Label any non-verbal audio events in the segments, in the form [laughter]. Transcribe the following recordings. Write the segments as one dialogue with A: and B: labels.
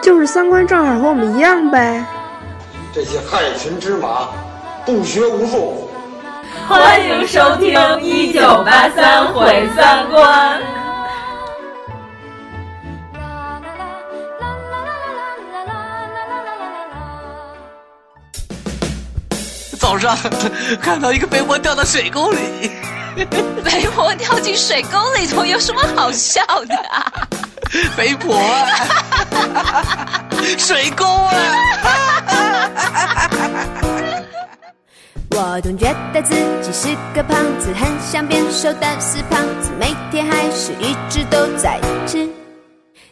A: 就是三观正好和我们一样呗。
B: 这些害群之马，不学无术。
C: 欢迎收听《一九八三毁三观》。
D: 早上看到一个被窝掉到水沟
E: [laughs]
D: 里，
F: 被窝掉进水沟里头有什么好笑的、啊？
D: [laughs] 肥婆、啊，
E: [laughs]
D: 水沟啊！
G: 我总觉得自己是个胖子，很想变瘦，但是胖子每天还是一直都在吃。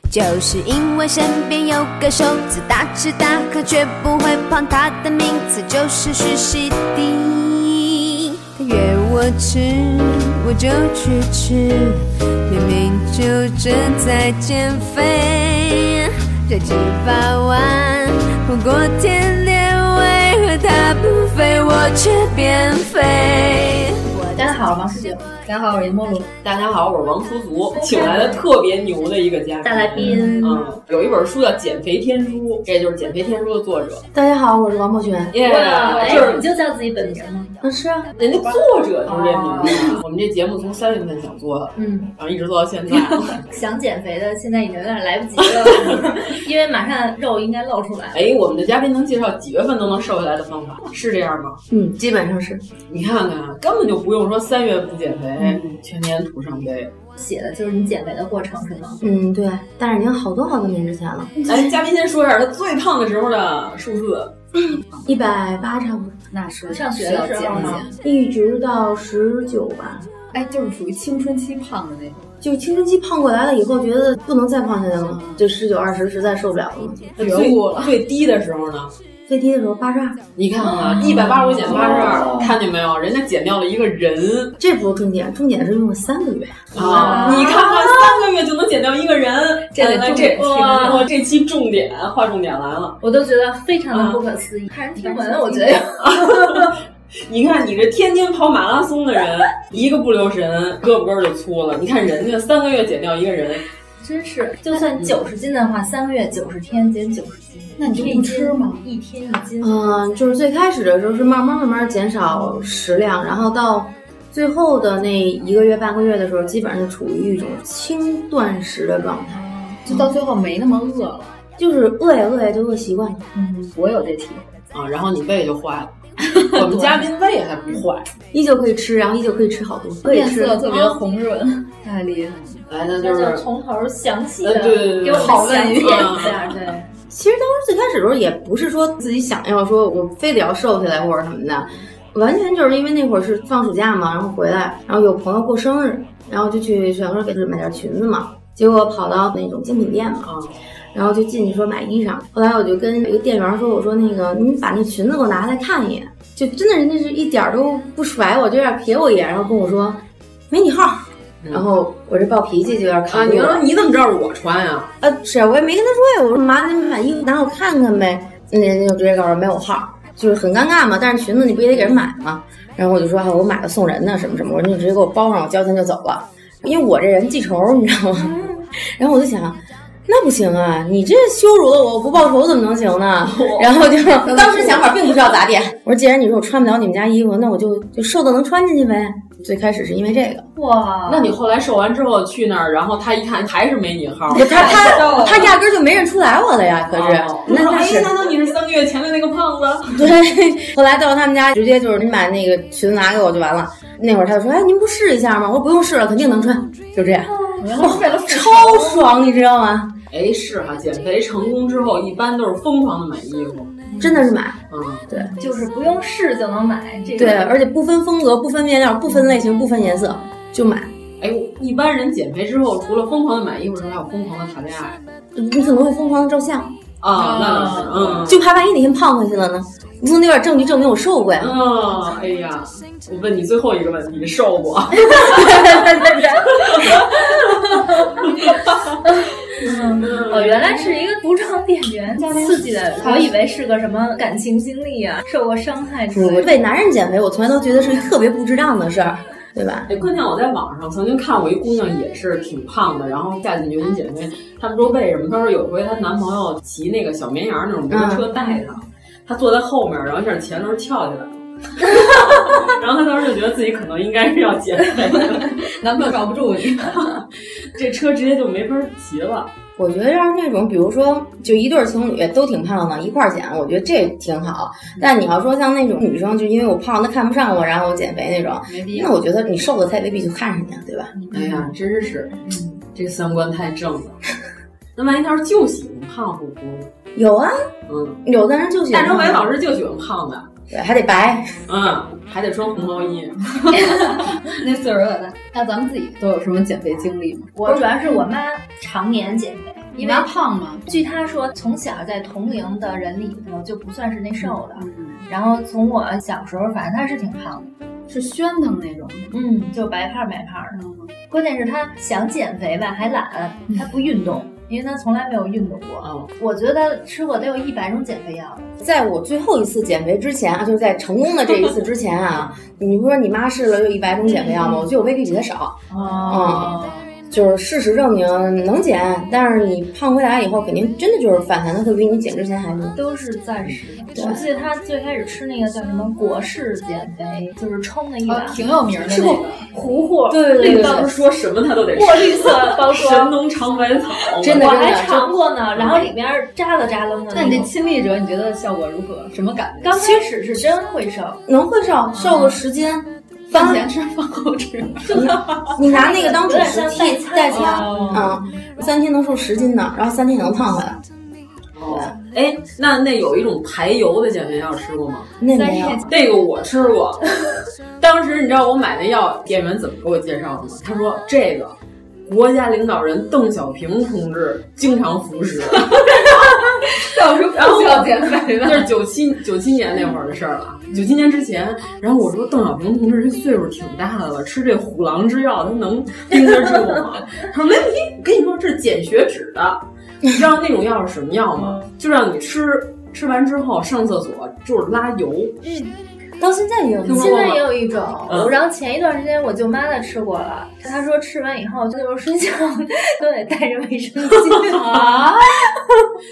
G: 就是因为身边有个瘦子，大吃大喝却不会胖，他的名字就是徐熙娣。他约我吃，我就去吃，明明就正在减肥，这几八万不过天天为何他不肥，我却变肥？
E: 大家好，王师姐。大家好，我是莫露。
H: 大家好，我是王苏
I: [laughs]
H: 苏，请来了特别牛的一个嘉宾，
E: 大来宾。
H: 嗯，有一本书叫《减肥天书》，这就是《减肥天书》的作者。
I: 大家好，我是王博轩。
H: 耶、yeah,，
E: 就是你就叫自己本名吗？
I: 啊，是啊，
H: 人家作者就是这名
I: 哦
H: 字。 [laughs] 我们这节目从三月份想做的，嗯，然后一直做到
I: [laughs]
H: 现在。
E: [laughs] 想减肥的现在已经有点来不及了，因为马上肉应该露出来。
H: 哎，我们的嘉宾能介绍几月份都能瘦下来的方法，是这样吗？
I: 嗯，基本上是。
H: 你看看，根本就不用说三月不减肥。嗯、全年徒伤悲，
E: 写的就是你减肥的过程，是吗？
I: 嗯，对，但是已经好多好多年之前了。
H: 哎，嘉宾先说一下他最胖的时候的数字，
I: 一百八差不多，
E: 那是上学的时候吗？
I: 一直到十九吧。
E: 哎，就是属于青春期胖的那种，
I: 就青春期胖过来了以后，觉得不能再胖下去了，就十九二十实在受不了了，
H: 觉悟了。最低的时候呢？
I: 最低的时候八十二，
H: 你看看，一百八十五减八十二，看见没有？人家减掉了一个人，
I: 这不是重点，重点是用了三个月
H: 啊！你看看，三个月就能减掉一个人，
E: 这这
H: 哇！这期重点，划重点来了， [laughs]
E: 我都觉得非常的不可思议，看人听闻，我觉得。
H: 你看，你这天天跑马拉松的人，一个不留神，胳膊根儿就粗了。你看人家三个月减掉一个人。
E: 真是，就算九十斤的话，嗯、三个月九十天减九十斤，
I: 那你就不吃吗？
E: 一天一斤。
I: 嗯，就是最开始的时候是慢慢慢慢减少食量，然后到最后的那一个月半个月的时候，基本上处于一种轻断食的状态，
E: 哦就到最后没那么饿了，
I: 就是饿呀饿呀就饿习惯了。
E: 嗯，我有这体
H: 会啊，然后你胃就
I: [laughs]
H: 坏了。我们嘉宾胃还不坏，
I: 依旧可以吃，然后依旧可以吃啊好多，
E: 可以吃特别红润，太厉害。
H: 来，那就是呃
E: 从头详细的
H: 给
E: 我们详解
I: 嗯
E: 一下。对，
I: 其实当时最开始的时候也不是说自己想要说我非得要瘦下来或者什么的，完全就是因为那会儿是放暑假嘛，然后回来，然后有朋友过生日，然后就去想说给自己买点裙子嘛，结果跑到那种精品店嘛。
H: 嗯
I: 然后就进去说买衣裳，后来我就跟一个店员说：“我说那个，你把那裙子给我拿下来看一眼。”就真的人家是一点都不甩我，就这样瞥我一眼，然后跟我说：“没你号。”然后我这暴脾气就有点扛
H: 啊！你说你怎么知道我穿呀、
I: 啊？啊，是我也没跟他说呀。我说妈，你买衣服拿我看看呗。那人家就直接告诉我没有号，就是很尴尬嘛。但是裙子你不也得给人买吗？然后我就说：“啊，我买了送人呢，什么什么。”我说：“你直接给我包上，我交钱就走了。”因为我这人记仇，你知道吗？ [laughs] 然后我就想。那不行啊！你这羞辱了我，我不报仇怎么能行呢？然后就当时想法哦并不啊知道咋点。我说，既然你说我穿不了你们家衣服，那我就就瘦到能穿进去呗。最开始是因为这个。
E: 哇！
H: 那你后来瘦完之后去那儿，然后他一看还是没你号，
I: 他他他压根儿就没认出来我了呀。可是，哦、那
H: 哎，
I: 难
H: 道你是三个月前的那个胖子？
I: [laughs] 对。后来到他们家，直接就是你把那个裙子拿给我就完了。那会儿他就说：“哎，您不试一下吗？”我说：“不用试了，肯定能穿。”就这样。
E: 哦、
I: 超爽，你知道吗？
H: 哎，是哈、啊，减肥成功之后，一般都是疯狂的买衣服，
I: 真的是买，
H: 嗯，
I: 对，
E: 就是不用试就能买，这个
I: 对，而且不分风格、不分面料、不分类型、不分颜色就买。
H: 哎，一般人减肥之后，除了疯狂的买衣服之外，还有疯狂的谈恋爱。
I: 你可能会疯狂的照相。
H: 啊，那倒是，嗯，
I: 就怕万一哪天胖回去了呢？总得有点证据证明我瘦过呀。
H: 啊，哎呀，我问你最后一个问题，瘦不？
E: [laughs] 我哦原来是一个服装店员，刺激的，我以为是个什么感情经历啊，受过伤害之
I: 我
E: 类的。
I: 为男人减肥，我从来都觉得是一特别不值当的事儿，对吧？
H: 哎，关键我在网上曾经看过一姑娘也是挺胖的，然后下定决心减肥。他们说为什么？她说有回她男朋友骑那个小绵羊那种摩托
J: 嗯
H: 车带她，她坐在后面，然后一下前轮翘
J: [laughs]
H: 起来了。然后她当时就觉得自己可能应该是要减肥了，
J: [laughs] 男朋友罩不住你，
H: [laughs] 这车直接就没法骑了。
I: 我觉得要是那种，比如说，就一对儿情侣都挺胖的，一块儿减，我觉得这挺好。
E: 嗯
I: 但你要说像那种女生，就因为我胖，她看不上我，然后我减肥那种，那我觉得你瘦了，她也未必就看上你，啊，对吧？
E: 嗯
H: 哎呀，真是，嗯这三观太正了。那万一他说就喜欢胖乎乎？
I: 有啊，
H: 嗯，
I: 有的人就喜欢
H: 大张伟老师就喜欢胖的，
I: 对，还得白，
H: 嗯，还得穿红毛衣。
J: 那岁数有点大。那咱们自己都有什么减肥经历吗？
E: 我主要是我妈常年减肥，因为
J: 你妈胖吗？
E: 据她说，从小在同龄的人里头就不算是那瘦的。
J: 嗯
E: 然后从我小时候，反正她是挺胖的，
J: 是宣他们那种。嗯
E: 嗯，就白胖白胖的。关键是她想减肥吧，还懒，她不运动。因为她从来没有运动过，
J: 哦
E: 我觉得她吃过得有一百种减肥药，
I: 在我最后一次减肥之前啊，就是在成功的这一次之前啊， [laughs] 你不是说你妈试了又一百种减
E: [laughs]
I: 肥药吗？我觉得我未必比她少。
H: 啊
J: 哦、
I: 嗯，就是事实证明能减，但是你胖回来以后，肯定真的就是反弹的会比你减之前还多。
E: 都是暂时的。我记得她最开始吃那个叫什么果式减肥，就是冲了一碗，
J: 哦挺有名的那个
E: 吃过糊糊，
I: 对对对对
E: 绿
I: 对
E: 豆
H: 当时说什么他都得吃
E: 墨绿色
H: [laughs]
E: 包装
H: 神农尝百草，
I: 真的
E: 我
I: 真的
E: 还尝过呢，然后里面扎了扎楞的。
J: 那你这亲历者，你觉得效果如何？什么感觉？
E: 刚开始是真会瘦，
I: 能会瘦，瘦个十斤，
J: 饭前吃，饭后吃，
E: [laughs]
I: 你拿那个当主食
E: 有点像
I: 替
E: 代餐
I: 代起
E: [laughs]
I: 来，
E: 哦
I: 嗯，三天能瘦十斤呢，然后三天也能胖回来。
H: 哦，哎，那那有一种排油的减肥药吃过吗？
I: 那没有，
H: 那个我吃过，当时你知道我买那药，店员怎么给我介绍的吗？他说这个国家领导人邓小平同志经常服食。
J: 到时候
H: 然后
J: 不需要减肥了
H: 就。是九七九七年那会儿的事儿了，九七年之前。然后我说邓小平同志这岁数挺大的了，吃这虎狼之药，他能盯得住吗？他说没问题，我跟你说这是减血脂的。你知道那种药是什么药吗？就让你吃，吃完之后上厕所就是拉油。
I: 到现在也有
H: 听说
E: 现
H: 过
E: 在
H: 吗
E: 也有一种，
H: 嗯
E: 然后前一段时间我舅妈她吃过了，她说吃完以后就是睡觉 [laughs] 都得带着卫生
I: [laughs]
E: 巾
H: 啊，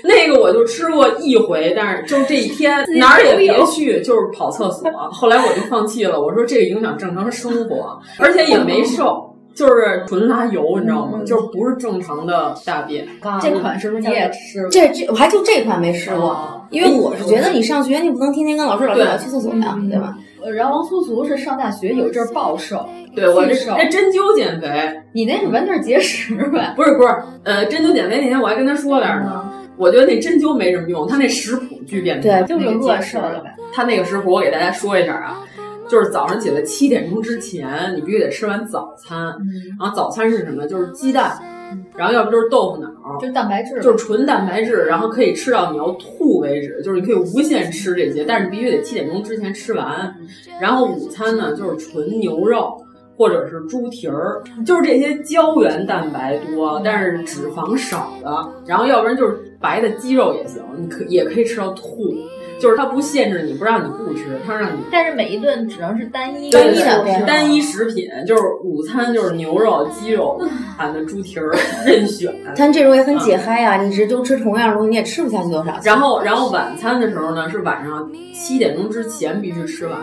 H: 那个我就吃过一回，但是就这一天
E: 自己
H: 哪儿也
E: 都有
H: 别去，就是跑厕所。后来我就放弃了，我说这个影响正常生活，而且也没瘦。就是纯拉油，你知道吗？就是不是正常的大便。
J: 嗯这款是不是你也吃过？
I: 这这我还就这款没试过，因为我是觉得你上学你不能天天跟老师老师
J: 对
I: 老去厕所呀，对吧？
E: 呃
J: 然后王苏苏是上大学有一阵儿暴瘦，
H: 对我哎这
J: 巨瘦
H: 这针灸减肥，
J: 你那是完全是节食呗？
H: 不是不是，呃，针灸减肥那天我还跟他说来着呢。我觉得那针灸没什么用，他那食谱巨变态，
I: 嗯对就是
H: 那个
I: 饿
H: 解释
I: 瘦了呗。
H: 他那个食谱我给大家说一下啊，就是早上起来七点钟之前，你必须得吃完早餐。
I: 嗯
H: 然后早餐是什么？就是鸡蛋，然后要不就是豆腐脑儿，
J: 就是蛋白质，
H: 就是纯蛋白质，然后可以吃到你要吐为止，就是你可以无限吃这些，但是你必须得七点钟之前吃完。然后午餐呢，就是纯牛肉。或者是猪蹄儿，就是这些胶原蛋白多，但是脂肪少的。然后要不然就是白的鸡肉也行，你可也可以吃到吐，就是它不限制你，不让你不吃，它让你
E: 但是每一顿只能是单一
H: 对
E: 的
H: 对单一食品，就是午餐就是牛肉、鸡肉、俺的猪蹄儿任选。
I: 但这种也很
E: 嗯
I: 解嗨呀，你一直都吃同样的东西，你也吃不下去多少。
H: 然后，然后晚餐的时候呢，是晚上七点钟之前必须吃完，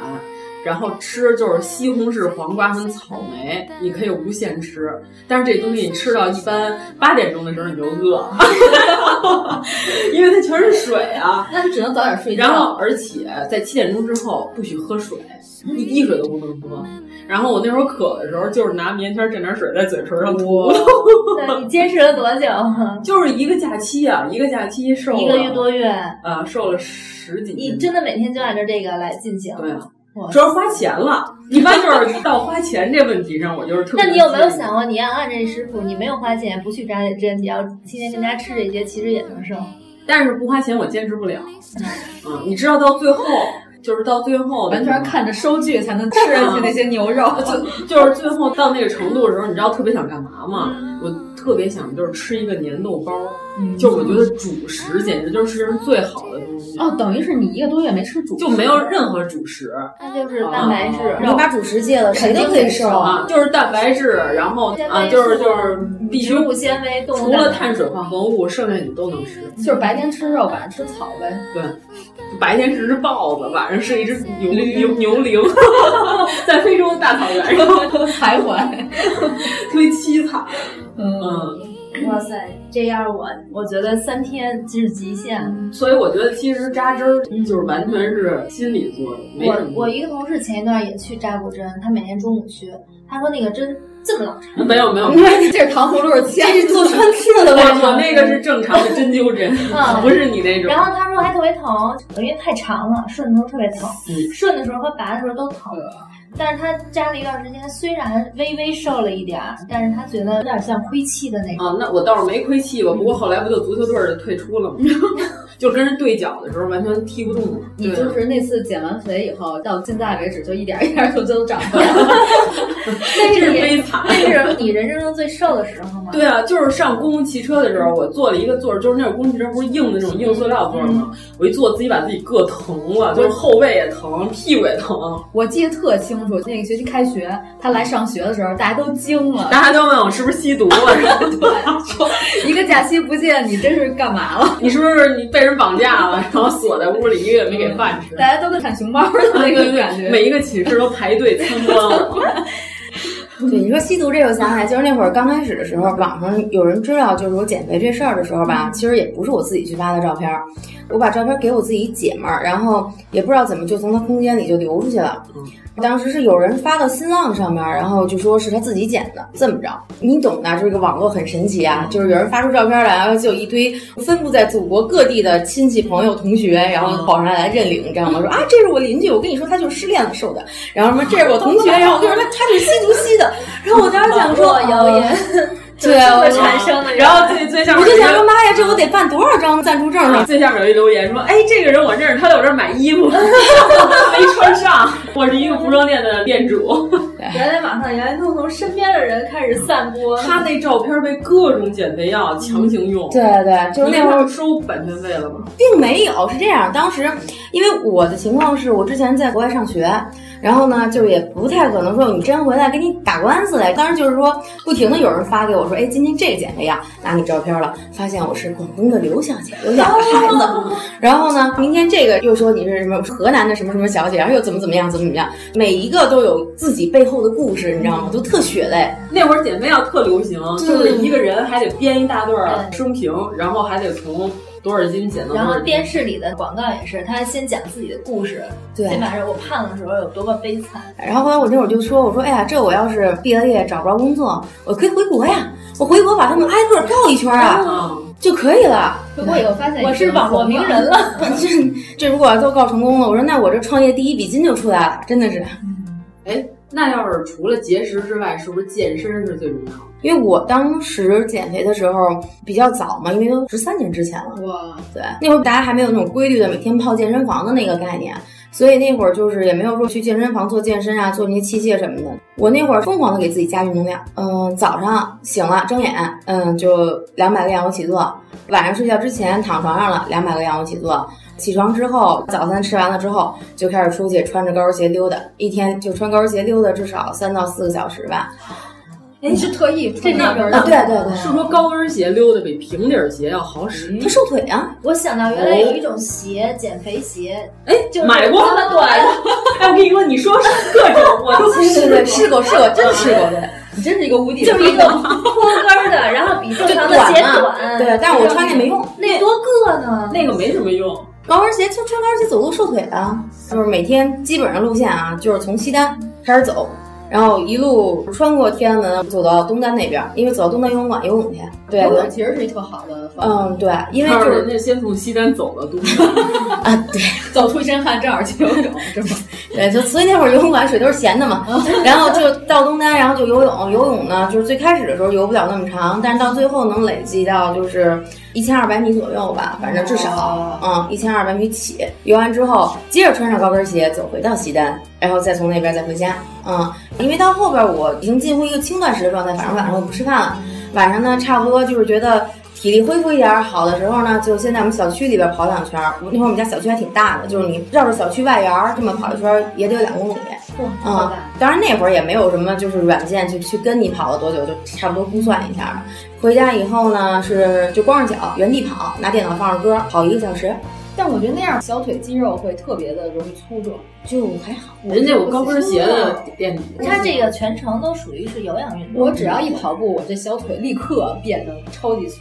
H: 然后吃就是西红柿、黄瓜跟草莓，你可以无限吃。但是这东西你吃到一般八点钟的时候你就饿，因为它全是水啊。
J: 那就只能早点睡觉。
H: 然后，而且在七点钟之后不许喝水，一滴水都不能喝。然后我那会儿渴的时候，就是拿棉签蘸点水在嘴唇上 [laughs] 涂，
E: 对，你坚持了多
I: [laughs]
E: 久？
H: 就是一个假期啊，一个假期瘦了
I: 嗯
E: 一个月多月，
H: 呃啊，瘦了十几斤。
E: 你真的每天就按照这个来进行。
H: 对啊，主要是花钱了。一般就是到花钱这问题上，我就是特别。
E: 那你有没有想过，你要按这食谱，你没有花钱不去扎点针，你要天天跟家吃这些，其实也能瘦。
H: 但是不花钱我坚持
E: [laughs]
H: 不了。嗯，你知道到最后。就是到最后，
J: 完全看着收据才能吃下去那些牛肉。
H: [laughs] 就就是最后到那个程度的时候，你知道特别想干嘛吗？
E: 嗯
H: 我特别想就是吃一个粘豆包，
J: 嗯
H: 就我觉得主食简直就是世界上最好的东西。
J: 哦，等于是你一个多月没吃主食，
H: 就没有任何主食，
E: 那就是蛋白质。
H: 啊
I: 你把主食戒了，谁都可以瘦
H: 啊，就是蛋白质，然后啊，就是就是必须
E: 植物纤维，动嗯
H: 除
E: 物蛋白
H: 了碳水化合物，剩下你都能吃。
J: 就是白天吃肉，晚上吃草呗。
H: 对，白天吃只豹子，晚上是一只
E: 嗯
H: 牛牛牛
E: [laughs]
H: 羚，在非洲的大草原上
J: 徘徊，
H: 特别凄惨。
E: 嗯，哇塞，这样我我觉得三天是极限。
J: 嗯
H: 所以我觉得，其实扎针儿就是完全是心理作用，没什
E: 我我
H: 么。
E: 一个同事前一段也去扎过针，他每天中午去，他说那个针这么老长，
H: 没有没有，
J: 这是糖葫芦切，
H: 这是
I: 做穿刺的吧
H: [laughs] 我我那个是正常的针灸针
E: 嗯，
H: [laughs] 不是你那种。
E: 然后他说还特别疼，因为太长了，顺的时候特别疼，
H: 嗯
E: 顺的时候和拔的时候都疼。但是他扎了一段时间，虽然微微瘦了一点儿，但是他觉得有点像亏气的那种。
H: 啊，那我倒是没亏气吧，不过后来不就足球队儿就退出了吗？ [laughs] 就跟人对脚的时候完全踢不动了。
J: 你
H: 对
J: 就
H: 啊
J: 是那次减完肥以后，到现在为止就一点一点就都长回
H: [laughs]
J: 来了。
E: 那
H: 是
E: 你
H: 悲
E: [laughs]
H: 惨
E: 那是你人生中最瘦的时候吗？
H: 对啊，就是上公共汽车的时候，我坐了一个座儿，就是那种公共汽车不是硬的那种硬塑料座儿吗？我一坐，自己把自己硌疼了，就是后背也疼，屁股也疼。
J: 我记得特清楚，那个学期开学，他来上学的时候，大家都惊了， [laughs]
H: 大家都问我是不是吸毒了， [laughs]
J: 一个假期不见，你真是干嘛
E: [laughs]
J: 了？
H: 你是不是你被人绑架了，然后锁在屋里一个月没给饭吃？
I: 嗯
J: 大家都跟看熊猫的那个感觉。
H: 每一个寝室都排队参观我。
I: 对，你说吸毒这个，我想起来，就是那会儿刚开始的时候，网上有人知道就是我减肥这事儿的时候吧，其实也不是我自己去发的照片儿，我把照片给我自己姐们儿，然后也不知道怎么就从她空间里就流出去了。当时是有人发到新浪上面，然后就说是他自己剪的，这么着，你懂的，这个网络很神奇啊，就是有人发出照片来，然后就有一堆分布在祖国各地的亲戚朋友同学，然后跑上来认领，你知道吗？说啊，这是我邻居，我跟你说他就是失恋了瘦的，然后什么这是我同学，然后我跟你说他他就是吸毒吸的，然后我当时
E: [laughs]
I: 想说哦
E: 网络谣言。
I: 对，
E: 就是
I: 我
E: 这么产生的
H: 然后最最下面
I: 我就想说，妈呀，这我得办多少张暂住证啊？
H: 最下面有一留言说：“哎，这个人我认识，他在我这儿买衣服， [laughs] 没穿上。我是一个服装店的店主。
E: [laughs] 原来马上，原来都从身边的人开始散播。
H: 他那照片被各种减肥药
E: 嗯
H: 强行用，
I: 对对，就是那会儿
H: 你收版权费了吗？
I: 并没有是这样。当时因为我的情况是我之前在国外上学，然后呢，就是也不太可能说你真回来给你打官司来。当时就是说，不停的有人发给我说，哎，今天这个减肥药拿你照片了，发现我是广东的刘小姐，有两个孩子。 [laughs] 然后呢，明天这个又说你是什么河南的什么什么小姐，然后又怎么怎么样，怎么怎么样，每一个都有自己背后的故事，你知道吗？都特血泪。
H: 那会儿减肥药特流行，就是一个人还得编一大段生平，然后还得从多少斤减到多
E: 嗯然
H: 少
I: 嗯
E: 后
H: 斤。
E: 电视里的广告也是，他先讲自己的故事，
I: 对
E: 先把这我胖的时候有多么悲惨。
I: 然后后来我那会儿就说，我说哎呀，这我要是毕了业找不着工作，我可以回国呀，我回国把他们挨个儿告一圈儿啊，
H: 嗯
I: 就可以了。
J: 回国以后发现
E: 嗯我是网络名人
I: [laughs]
E: 了，
I: 这这如果要都告成功了，我说那我这创业第一笔金就出来了，真的是。
H: 哎，那要是除了节食之外，是不是健身是最重要的？
I: 因为我当时减肥的时候比较早嘛，因为都十三年之前了。
J: 哇，
I: 对，那会儿大家还没有那种规律的每天泡健身房的那个概念，所以那会儿就是也没有说去健身房做健身啊，做那些器械什么的。我那会儿疯狂的给自己加运动量，嗯，早上醒了睁眼，嗯，就两百个仰卧起坐；晚上睡觉之前躺床上了，两百个仰卧起坐。起床之后，早餐吃完了之后，就开始出去穿着高跟鞋溜达，一天就穿高跟鞋溜达至少三到四个小时吧。
J: 你是特意
E: 这那边
I: 啊，对对对，
H: 是说高跟鞋溜的比平底儿鞋要好使？
I: 它瘦腿啊！
E: 我想到原来有一种鞋，减肥鞋，
H: 哎，
E: 就是
H: 买过
E: 这么短。
H: [laughs] 哎，我跟你说，你说各种我都
I: 啊
H: [laughs]
I: 对 [laughs] 对对，啊试过试过，真试 [laughs] 过对。
J: 你真是一个无敌
E: 就是一个
H: 啊
E: 坡跟儿的，然后比正常的鞋
I: 就短
E: 短。
I: 对但是我穿那没用
E: 那多个呢？
H: 那个没什么用。
I: 高跟鞋就穿高跟鞋走路瘦腿的，就是每天基本上路线啊，就是从西单开始走，然后一路穿过天安门，走到东单那边，因为走到东单游泳馆游泳去。对，
J: 游泳其实是一特好的方法。
I: 嗯，对，因为就是
H: 人家先从西单走了东 [laughs] 单
I: [laughs] 啊，对，
J: 走出一身汗，正好去游泳，是
I: [laughs]
J: 吗？
I: 对，就所以那会儿游泳馆水都是咸的嘛。然后就到东单，然后就游泳。游泳呢，就是最开始的时候游不了那么长，但是到最后能累积到就是一千二百米左右吧，反正至少嗯一千二百米起。游完之后，接着穿上高跟鞋走回到西单，然后再从那边再回家。嗯，因为到后边我已经进入一个轻断食的状态，反正晚上我不吃饭了。晚上呢，差不多就是觉得体力恢复一点儿好的时候呢，就先在我们小区里边跑两圈儿。我那会儿我们家小区还挺大的，就是你绕着小区外沿儿这么跑一圈儿，也得有两公里。嗯，当然那会儿也没有什么就是软件去去跟你跑了多久，就差不多估算一下儿。回家以后呢，是就光着脚原地跑，拿电脑放着歌跑一个小时。
J: 但我觉得那样小腿肌肉会特别的容易粗壮，
I: 就还好。
H: 人家有高跟鞋
J: 啊
H: 的垫底。
E: 他这个全程都属于是有氧运动。
J: 我只要一跑步，我这小腿立刻变得超级粗。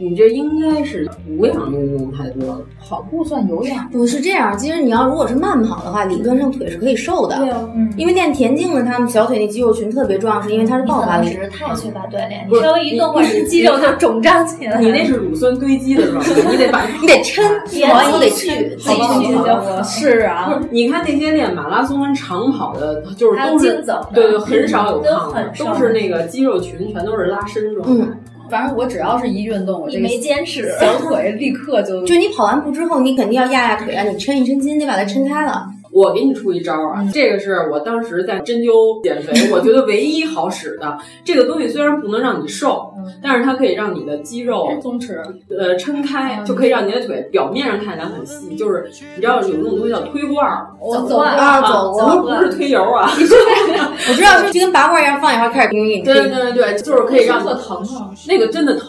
H: 你这应该是无氧运动太多了。
J: 跑步算有氧？
I: 不是这样，其实你要如果是慢跑的话，理论上腿是可以瘦的。
J: 对
E: 哦
J: 啊，嗯。
I: 因为练田径的，他们小腿那肌肉群特别壮，是因为它是爆发力。
E: [laughs] 是太缺乏锻炼，你稍微一动，或者肌肉就肿胀起来。
H: 你那是乳酸堆积的状态，你得把
I: 你得抻，我得去，
J: 好吧，好吧，是啊。
H: 你看那些练马拉松跟长跑的，就是都是对对，很少有胖的，都是那个肌肉群全都是拉伸状
J: 嗯
H: 态。
J: 反正我只要是一运动，我这
E: 没坚持，
J: 小腿立刻就
I: 就你跑完步之后，你肯定要压压腿啊，你抻一抻筋，得把它抻开了。
H: 我给你出一招
J: 嗯
H: 啊！这个是我当时在针灸减肥，我觉得唯一好使的。这个东西虽然不能让你瘦，但是它可以让你的肌肉
J: 嗯松弛，嗯
H: 呃，撑开，就可以让你的腿表面上看起来很细。就是你知道有那种东西叫推罐儿，
J: 我走
I: 啊走
H: 过，不是推油啊，
I: 我知道是就跟拔罐一样，放一会儿开始叮叮。
H: 对对对，就是可以让
J: 特疼啊吗？
H: 那个真的疼，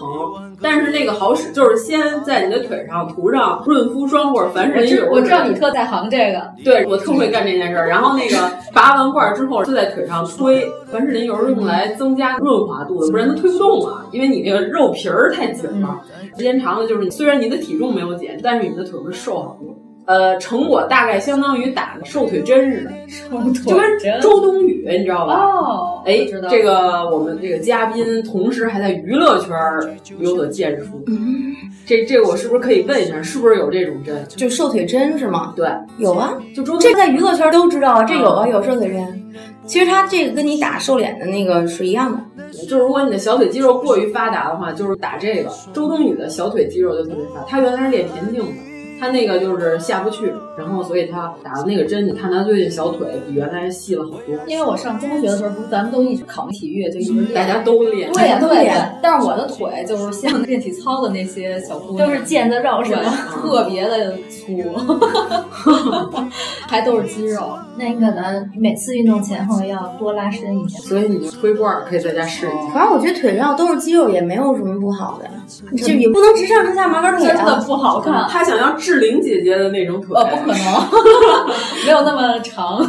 H: 但是那个好使，就是先在你的腿上涂上润肤霜或者凡士林油。
J: 我知道你特在行这个，
H: 对。我特会干这件事儿，然后那个拔完罐之后就在腿上推，凡士林油用来增加润滑度的，不然它推不动啊，因为你那个肉皮儿太紧了。时间长了，就是虽然你的体重没有减，但是你的腿会瘦好多。呃，成果大概相当于打瘦腿针似的，
J: 瘦腿
H: 就跟周冬雨，你知道吧？
J: 哦，
H: 哎，
J: 知道
H: 这个我们这个嘉宾同时还在娱乐圈有所建树。
I: 嗯
H: 这这个我是不是可以问一下，是不是有这种针？
I: 就瘦腿针是吗？
H: 对，
I: 有啊，
H: 就中
I: 这个在娱乐圈都知道啊，这有啊，有瘦腿针。其实它这个跟你打瘦脸的那个是一样的。
H: 就是如果你的小腿肌肉过于发达的话，就是打这个。周冬雨的小腿肌肉就特别发，她原来是练田径的，她那个就是下不去，然后所以她打了那个针，你看她最近小腿比原来细了好多。嗯
J: 因为我上中学的时候，不是咱们都一直考体育，就一直练，
H: 大家都练，
J: 对呀对呀。但是我的腿就是像练体操的那
I: 嗯
J: 些小姑
E: 娘，都是腱子肉是
H: 啊
E: 吧？
J: 特别的
H: [laughs]
J: 粗，还都是肌肉。
E: 那你可能每次运动前后要多拉伸一下。
H: 所以你推罐可以在家试一下。
I: 反正我觉得腿上都是肌肉，也没有什么不好的，就也不能直上直下麻啊杆腿，
J: 真的不好哦看。啊
H: 他想要志玲姐姐的那种腿，
J: 呃，不可能，没有那么长。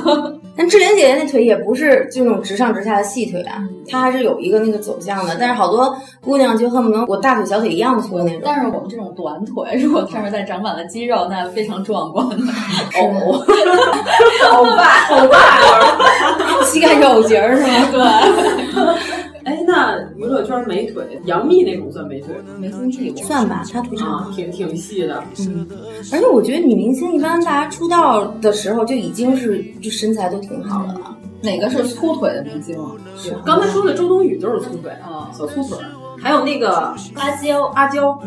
I: 但志玲姐姐那腿也不是这种直上直下的细腿
J: 嗯
I: 啊，她还是有一个那个走向的。但是好多姑娘就恨不得我大腿小腿一样粗的那种。
J: 但是我们这种短腿，如果看着再长满了肌肉，那非常壮观的。 [laughs]
H: 哦，
I: 欧巴，
H: 欧巴，
J: 哦
I: 膝盖有节儿是吗？ [laughs]
J: 对。
H: 哎，那娱乐圈美腿，杨幂那种算美腿吗？
J: 没经历过，
I: 算吧，她腿
J: 啊
H: 长，啊挺挺细的。
I: 嗯，而且我觉得女明星一般大家出道的时候就已经是就身材都挺好的了。
J: 嗯哪个是粗腿的明星？啊
H: 是刚才说的周冬雨就是粗腿啊，小粗腿。还有那个
E: 阿娇，
H: 阿娇哦，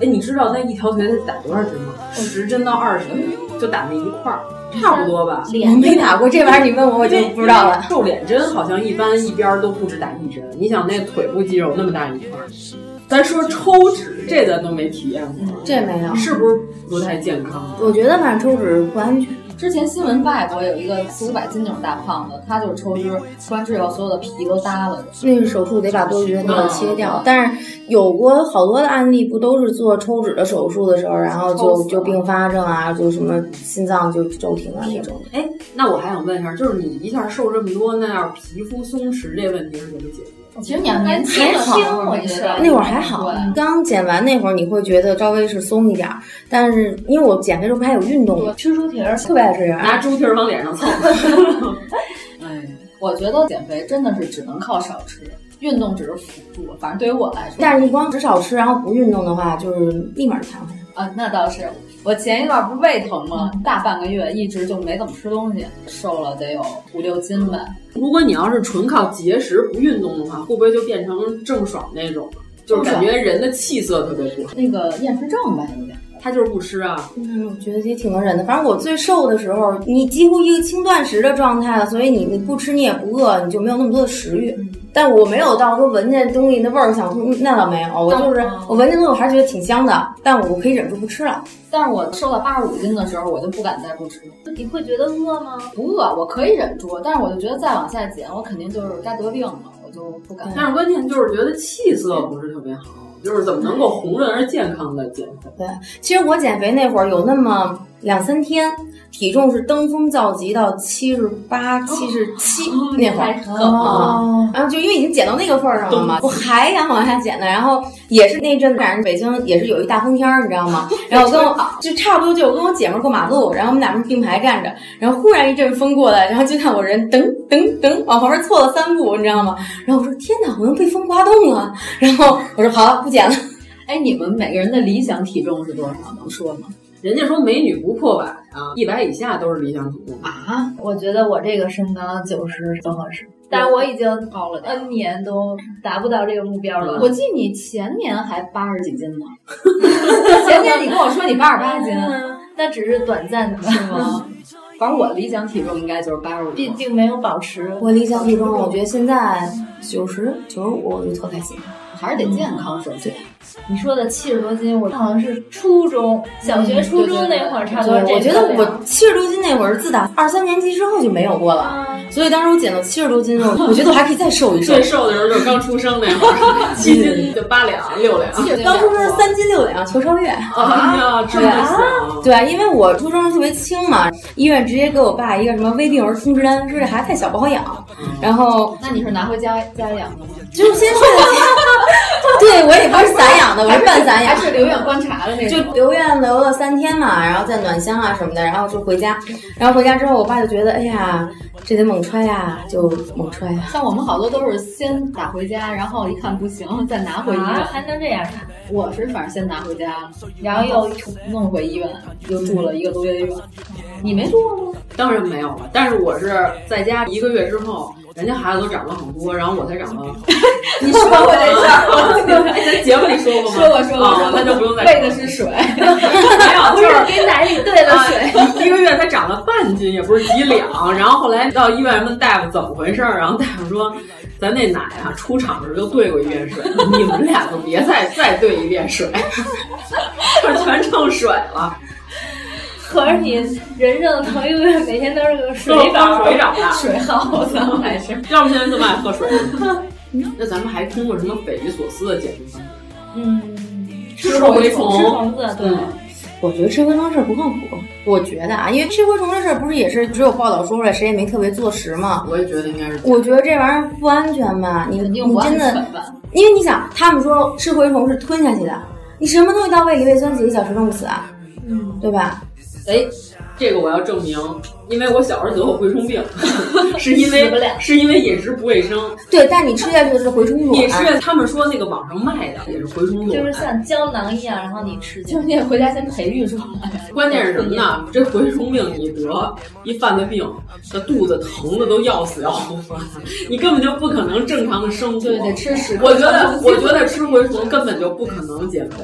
H: 哎，你知道那一条腿得打多少针吗？十针到二十针，就打那一块儿。差不多吧，
I: 我没打过这玩意儿，你问我我就不知道了。
H: 瘦脸针好像一般一边都不止打一针，你想那腿部肌肉那么大一块，咱说抽脂这咱都没体验过，
I: 这没有，
H: 是不是不太健康？
I: 我觉得反正抽脂不安全。
J: 之前新闻外国有一个四五百斤那种大胖子，他就是抽脂，抽完脂以后所有的皮都耷了。嗯
I: 那个手术得把多余的那个切掉，但是有过好多的案例，不都是做抽脂的手术的时候，然后就就并发症啊，就什么心脏就骤停啊那种。
H: 哎，那我还想问一下，就是你一下瘦这么多，那要皮肤松弛这问题是怎么解决？
J: 其实你要年轻，
E: 我觉得
I: 那会儿还好，刚减完那会儿你会觉得稍微是松一点儿，但是因为我减肥时候不还有运动吗？啊
E: 吃猪蹄儿，
I: 特别爱吃，
H: 拿猪蹄儿往脸上蹭。
J: 哎。我觉得减肥真的是只能靠少吃，运动只是辅助。反正对于我来说，
I: 但是你光只少吃，然后不运动的话，就是立马瘫痪。
J: 啊，那倒是。我前一段不是胃疼吗？
E: 嗯
J: 大半个月一直就没怎么吃东西，瘦了得有五六斤吧。
H: [laughs] 如果你要是纯靠节食不运动的话，会不会就变成郑爽那种？就是感觉人的气色特别不好。
J: 那个厌食症吧，有点。
H: 他就是不吃啊。
I: 嗯，我觉得也挺能忍的。反正我最瘦的时候，你几乎一个轻断食的状态了，所以你你不吃你也不饿，你就没有那么多的食欲。嗯、但我没有到说闻见东西那味儿想吐，那倒没有。我就是、嗯、我闻见东西我还是觉得挺香的，但我可以忍住不吃了。
J: 但是我瘦到八十五斤的时候，我就不敢再不吃。
E: 你会觉得饿吗？
J: 不饿，我可以忍住。但是我就觉得再往下减，我肯定就是该得病了，我就不敢。
H: 但是关键就是觉得气色不是特别好。就是怎么能
J: 嗯
H: 够红润而健康的减肥？
I: 对，其实我减肥那会儿有那么两三天，体重是登峰造极到七十八、七十七那会儿，
J: 嗯
I: 嗯
J: 哦，
I: 然后就因为已经减到那个份儿上了嘛，我还敢往下减呢。然后也是那阵赶上北京也是有一大风天儿，你知道
J: [laughs]
I: 吗？然后我跟我就差不多就我跟我姐们儿过马路，然后我们俩人并排站着，然后忽然一阵风过来，然后就看我人噔噔噔往旁边错了三步，你知道吗？ [laughs] 然后我说天哪，我又被风刮动了。 [laughs] 然后我说好不。减了，
J: 哎，你们每个人的理想体重是多少？能说吗？
H: 人家说美女不破百啊，一百以下都是理想体重
E: 啊。我觉得我这个身高九十不合适，但我已经
J: 高了
E: N 年都达不到这个目标了。
J: 我记得你前年还八十几斤 [laughs] 呢，前年你跟我说你八十八斤，
E: 那只是短暂的，
J: 是吗？反正我理想体重应该就是八十五，
E: 并并没有保持。
I: 我理想体重，我觉得现在九十九十五，我就特开心。
J: 还是得健康首先。
E: 你说的七十多斤，我好像是初中
I: 嗯
E: 小学、初中那会儿差不多。
I: 我觉得我七十多斤那会儿，自打二三年级之后就没有过了。
E: 嗯
I: 所以当时我减到七十多斤，我我觉得我还可以再瘦一瘦。
H: 最瘦的时候就是刚出生那会
J: [laughs]
H: 儿，七斤就八两六两。
I: 刚出生三斤六两，求超越
H: 啊！
I: 对啊，对，因为我出生特别轻嘛，医院直接给我爸一个什么危病儿通知单，说这孩子太小不好养。然后
J: 那你是拿回家家养的吗？
I: 就是先睡在家。 [laughs] 对，我也不是散养的，我是半散养，
J: 还是留院观察的那
I: 种。就留院留了三天嘛，然后再暖箱啊什么的，然后就回家。然后回家之后，我爸就觉得，哎呀，这得猛揣呀、啊，就猛揣呀、啊。
J: 像我们好多都是先打回家，然后一看不行，再拿回医院、啊，
E: 还能这样？
J: 我是反正先拿回家，然后又弄回医院，又住了一个多月院。你没住过吗？
H: 当然没有了，但是我是在家一个月之后。人家孩子都长了好多，然后我才长
J: [laughs]
H: 了。
J: 你说过这事
H: 儿？在节目里说过吗？哦
J: 说过说过，
H: 那就不用再
J: [laughs] 喂的
I: [laughs]
J: 是水， [laughs] 没
H: 有，就是
E: 给奶里兑
I: 啊
E: 了水。
H: [laughs] 一个月才长了半斤，也不是几两。然后后来到医院问大夫怎么回事儿，然后大夫说，咱那奶啊出厂时就兑过一遍水，你们俩就别再再兑一遍水，就全成水
E: [laughs]
H: 了。
E: 可是你人生的头一个月，每天都是个水
H: 缸、水长大、
J: 水耗子，还是
H: [laughs] 要不现在这么爱喝水。那咱们还听过什么匪夷所思的减肥方法？
E: 嗯，
H: 吃蛔虫，嗯
E: 吃虫子，对。
I: 我觉得吃蛔虫事儿不靠谱。我觉得啊，因为吃蛔虫这事儿不是也是只有报道说出来，谁也没特别坐实嘛。
H: 我也觉得应该是。
I: 我觉得这玩意儿不安全吧？你你真的，因为你想，他们说吃蛔虫是吞下去的，你什么东西到胃里，胃酸几个小时弄不死啊？嗯，对吧？
H: 哎，这个我要证明，因为我小时候得过蛔虫病，是因为是因为饮食不卫生。
I: 对，但你吃下去是蛔虫啊
H: 你吃他们说那个网上卖的也是蛔虫
E: 就是像胶囊一样，然后你吃。
J: 就是你得回家先培育出来。
H: 关键是什么呢？这蛔虫病你得一犯了病，这肚子疼的都要死要活，你根本就不可能正常的生活。
J: 对，得吃屎。
H: 我觉得，我觉得吃蛔虫根本就不可能减肥。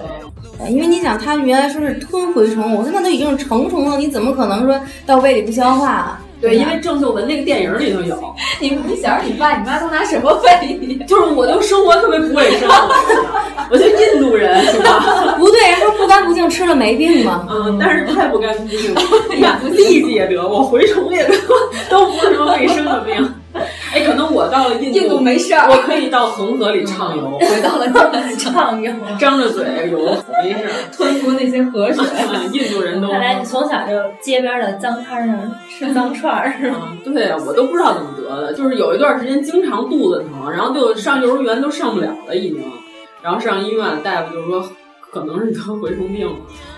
I: 因为你想，他原来说是吞蛔虫，我说那都已经是成虫了，你怎么可能说到胃里不消化啊？
H: 对，因为郑秀文那个电影里头有。
J: 你你小时候，你爸你妈都拿什么喂你？
H: 就是我都生活特别不卫生，我就印度人是吧？
I: 不对，人说不干不净吃了没病吗？
H: 嗯，但是太不干不净了。哎呀，痢疾也得过，蛔虫也得 [laughs] 过，都不是什么卫生的病。哎，可能我到了印
J: 度，印
H: 度
J: 没事儿，
H: 我可以到恒河里畅游。
J: 回到了畅游，
H: 张着嘴游，没事儿，
J: 吞服那些河水。
H: [laughs] 印度人都
E: 看来你从小就街边的脏摊上吃脏串儿是吗？
H: [laughs] 对，啊我都不知道怎么得的，就是有一段时间经常肚子疼，然后就上幼儿园都上不了了已经，然后上医院，大夫就说可能是得蛔虫病了，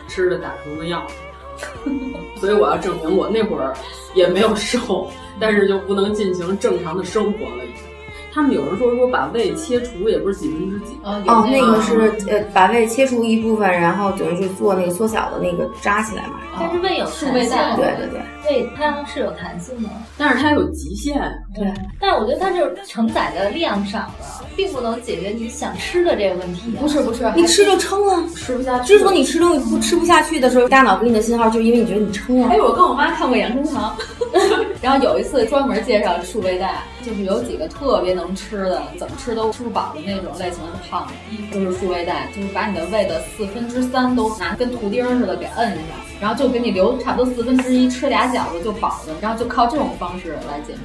H: 吃的打虫的药。 [laughs] 所以我要证明我那会儿也没有瘦，但是就不能进行正常的生活了。已经。他们有人说说把胃切除也不是几分之几，
E: 嗯
J: 哦
I: 哦，那个是呃，把胃切除一部分，然后等于是做那个缩小的那个扎起来嘛。
E: 但是胃有
I: 哦是
E: 弹
I: 胃
E: 性
I: 在
E: 的，
I: 对对
E: 对，胃它是有弹性的，
H: 但是它有极限。
E: 对，但是我觉得它就是承载的量少了，并不能解决你想吃的这个问题。
I: 不是不是你吃就撑了，
H: 吃不下
I: 之所以你吃东西不吃不下去的时候，大脑给你的信号就是因为你觉得你撑了。
J: 哎，我跟我妈看过养生堂，然后有一次专门介绍束胃带，就是有几个特别能吃的，怎么吃都吃不饱的那种类型的胖子，就是束胃带，就是把你的胃的四分之三都拿跟图钉似的给摁上，然后就给你留差不多四分之一，吃俩饺子就饱了，然后就靠这种方式来减肥，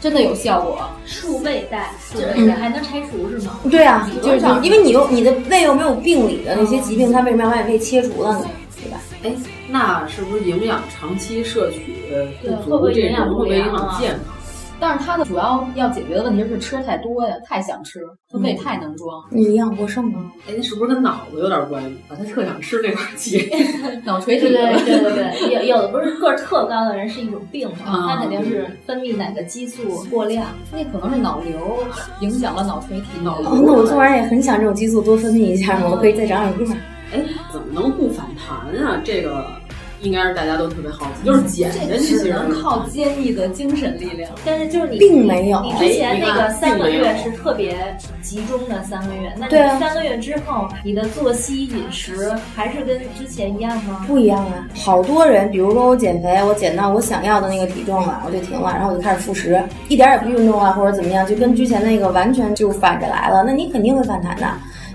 J: 真的有效果。
E: 束胃带，就
I: 嗯
E: 是还能拆除是吗？
I: 对啊，
E: 理
I: 就
E: 论
I: 是
E: 上
I: 因为你又你的胃又没有病理的那些疾病，它为什么要把你胃切除了呢？对吧？
H: 哎，那是不是营养长期摄取呃
J: 对
H: 不
J: 会不
H: 足
J: 会
H: 这
J: 营养
H: 种
J: 不
H: 会
J: 良
H: 影响
J: 啊
H: 健康？
J: 但是它的主要要解决的问题是吃太多呀，太想吃，它胃太能装。
I: 你营养过剩吗？
H: 哎，那是不是跟脑子有点关系？把他特想吃那块儿 [laughs] 切，
J: 脑垂
E: 对
J: 体
E: 对对对
J: [laughs]
E: 对，有有的不是个儿特高的人是一种病嘛，
J: 啊
E: 他肯定是分泌哪个激素过量，
J: 那可能是脑瘤影响了脑垂体。脑
I: 哦，那我做完也很想这种激素多分泌一下，我可以再长点个儿。
H: 哎，怎么能不反弹啊？这个应该是大家都特别好奇，就是减下
J: 这
H: 去其
J: 只
H: 实
J: 能靠
H: 啊
J: 坚毅的精神力量。
E: 但是就是你
I: 并没有
E: 你之前那个
H: 哎
E: 三个
H: 并没有
E: 月是特别集中的三个月，那你
I: 对啊
E: 三个月之后，你的作息、饮食还是跟之前一样吗？
I: 不一样啊，好多人，比如说我减肥，我减到我想要的那个体重了，我就停了，然后我就开始复食，一点儿也不运动啊，或者怎么样，就跟之前那个完全就反着来了，那你肯定会反弹的。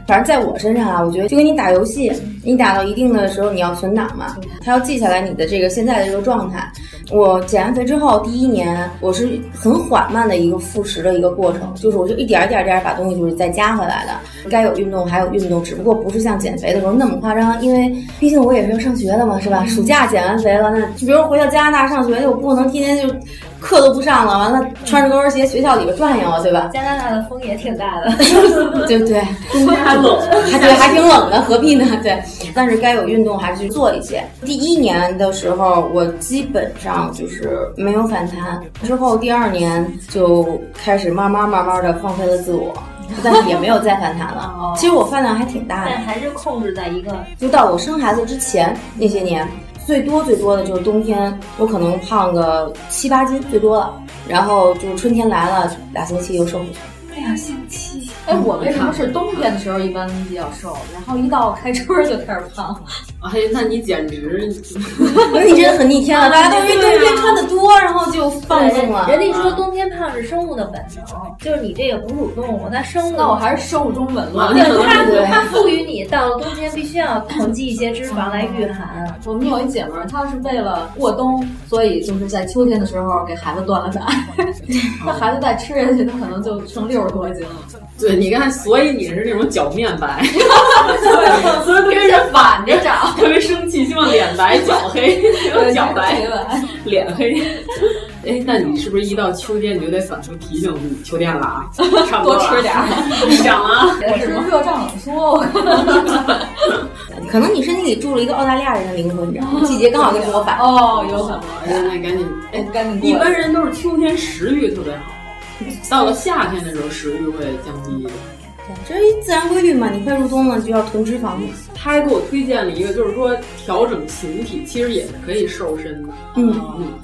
I: 反正在我身上啊，我觉得就跟你打游戏，你打到一定的时候，你要存档嘛，它要记下来你的这个现在的这个状态。我减完肥之后，第一年我是很缓慢的一个复食的一个过程，就是我就一点儿一点儿一点儿把东西就是再加回来的，该有运动还有运动，只不过不是像减肥的时候那么夸张，因为毕竟我也是要上学的嘛，是
E: 嗯
I: 吧？暑假减完肥了，那就比如回到加拿大上学，就不能天天就课都不上了，完了穿着高跟鞋学校里边转悠啊，对吧？
E: 加拿大的风也挺大的，
I: [laughs] 对对，
H: 冬天还冷，
I: [laughs] 还对，还挺冷的，何必呢？对，但是该有运动还是去做一些。第一年的时候，我基本上就是没有反弹，之后第二年就开始慢慢慢慢的放飞了自我，但是也没有再反弹 [laughs] 了。其实我饭量还挺大的
E: 但，还是控制在一个
I: 就到我生孩子之前那些年，最多最多的就是冬天，我可能胖个七八斤最多了，然后就是春天来了，俩星期又瘦回去了。
J: 两星期。哎，我为什么是冬天的时候一般比较瘦，然后一到开春儿就开始胖？
H: [laughs] 哎，那你简直
I: 我 [laughs] 说你真的很逆天了，大家都因为冬天啊穿的多，然后就放纵了。
E: 人家说冬
H: 啊
E: 天胖是生物的本能， [laughs] 就是你这个哺乳动物，那生物
J: 那我还是生物钟文了。
E: 对 [laughs] 它它赋予你到了冬天必须要囤积一些脂肪来御寒。
J: [laughs] 我们有一姐们儿，她是为了过冬，所以就是在秋天的时候给孩子断了 [laughs] 奶。那孩子再吃下去，他可能就剩六十多斤了。
H: 对，你看，所以你是那种脚面白，
J: [laughs] 对
H: 所以别人
J: 反着长，
H: 特别生气，希望脸白脚黑，希望脚白
J: [laughs] 对就是腿
H: 脸
J: [laughs]
H: 黑。哎，那你是不是一到秋天你就得反复提醒你秋天了
J: [laughs]
H: 啊，差不了啊
J: 多吃点
H: [laughs]
J: 儿
H: 长啊，
J: 我是热胀冷缩，
I: [laughs] 可能你身体里住了一个澳大利亚人的灵魂，你知道吗？季节刚好就跟我反。
J: 哦，有可能。
H: 那赶紧哎，
J: 赶紧过
H: 一
J: 来
H: 般人都是秋天食欲特别
J: [laughs]
H: 好，到了夏天的时候食欲会降低一点。
I: 这是一自然规律嘛，你快入冬了就要囤脂肪嘛。
H: 他还给我推荐了一个，就是说调整形体，其实也是可以瘦身的。
I: 嗯，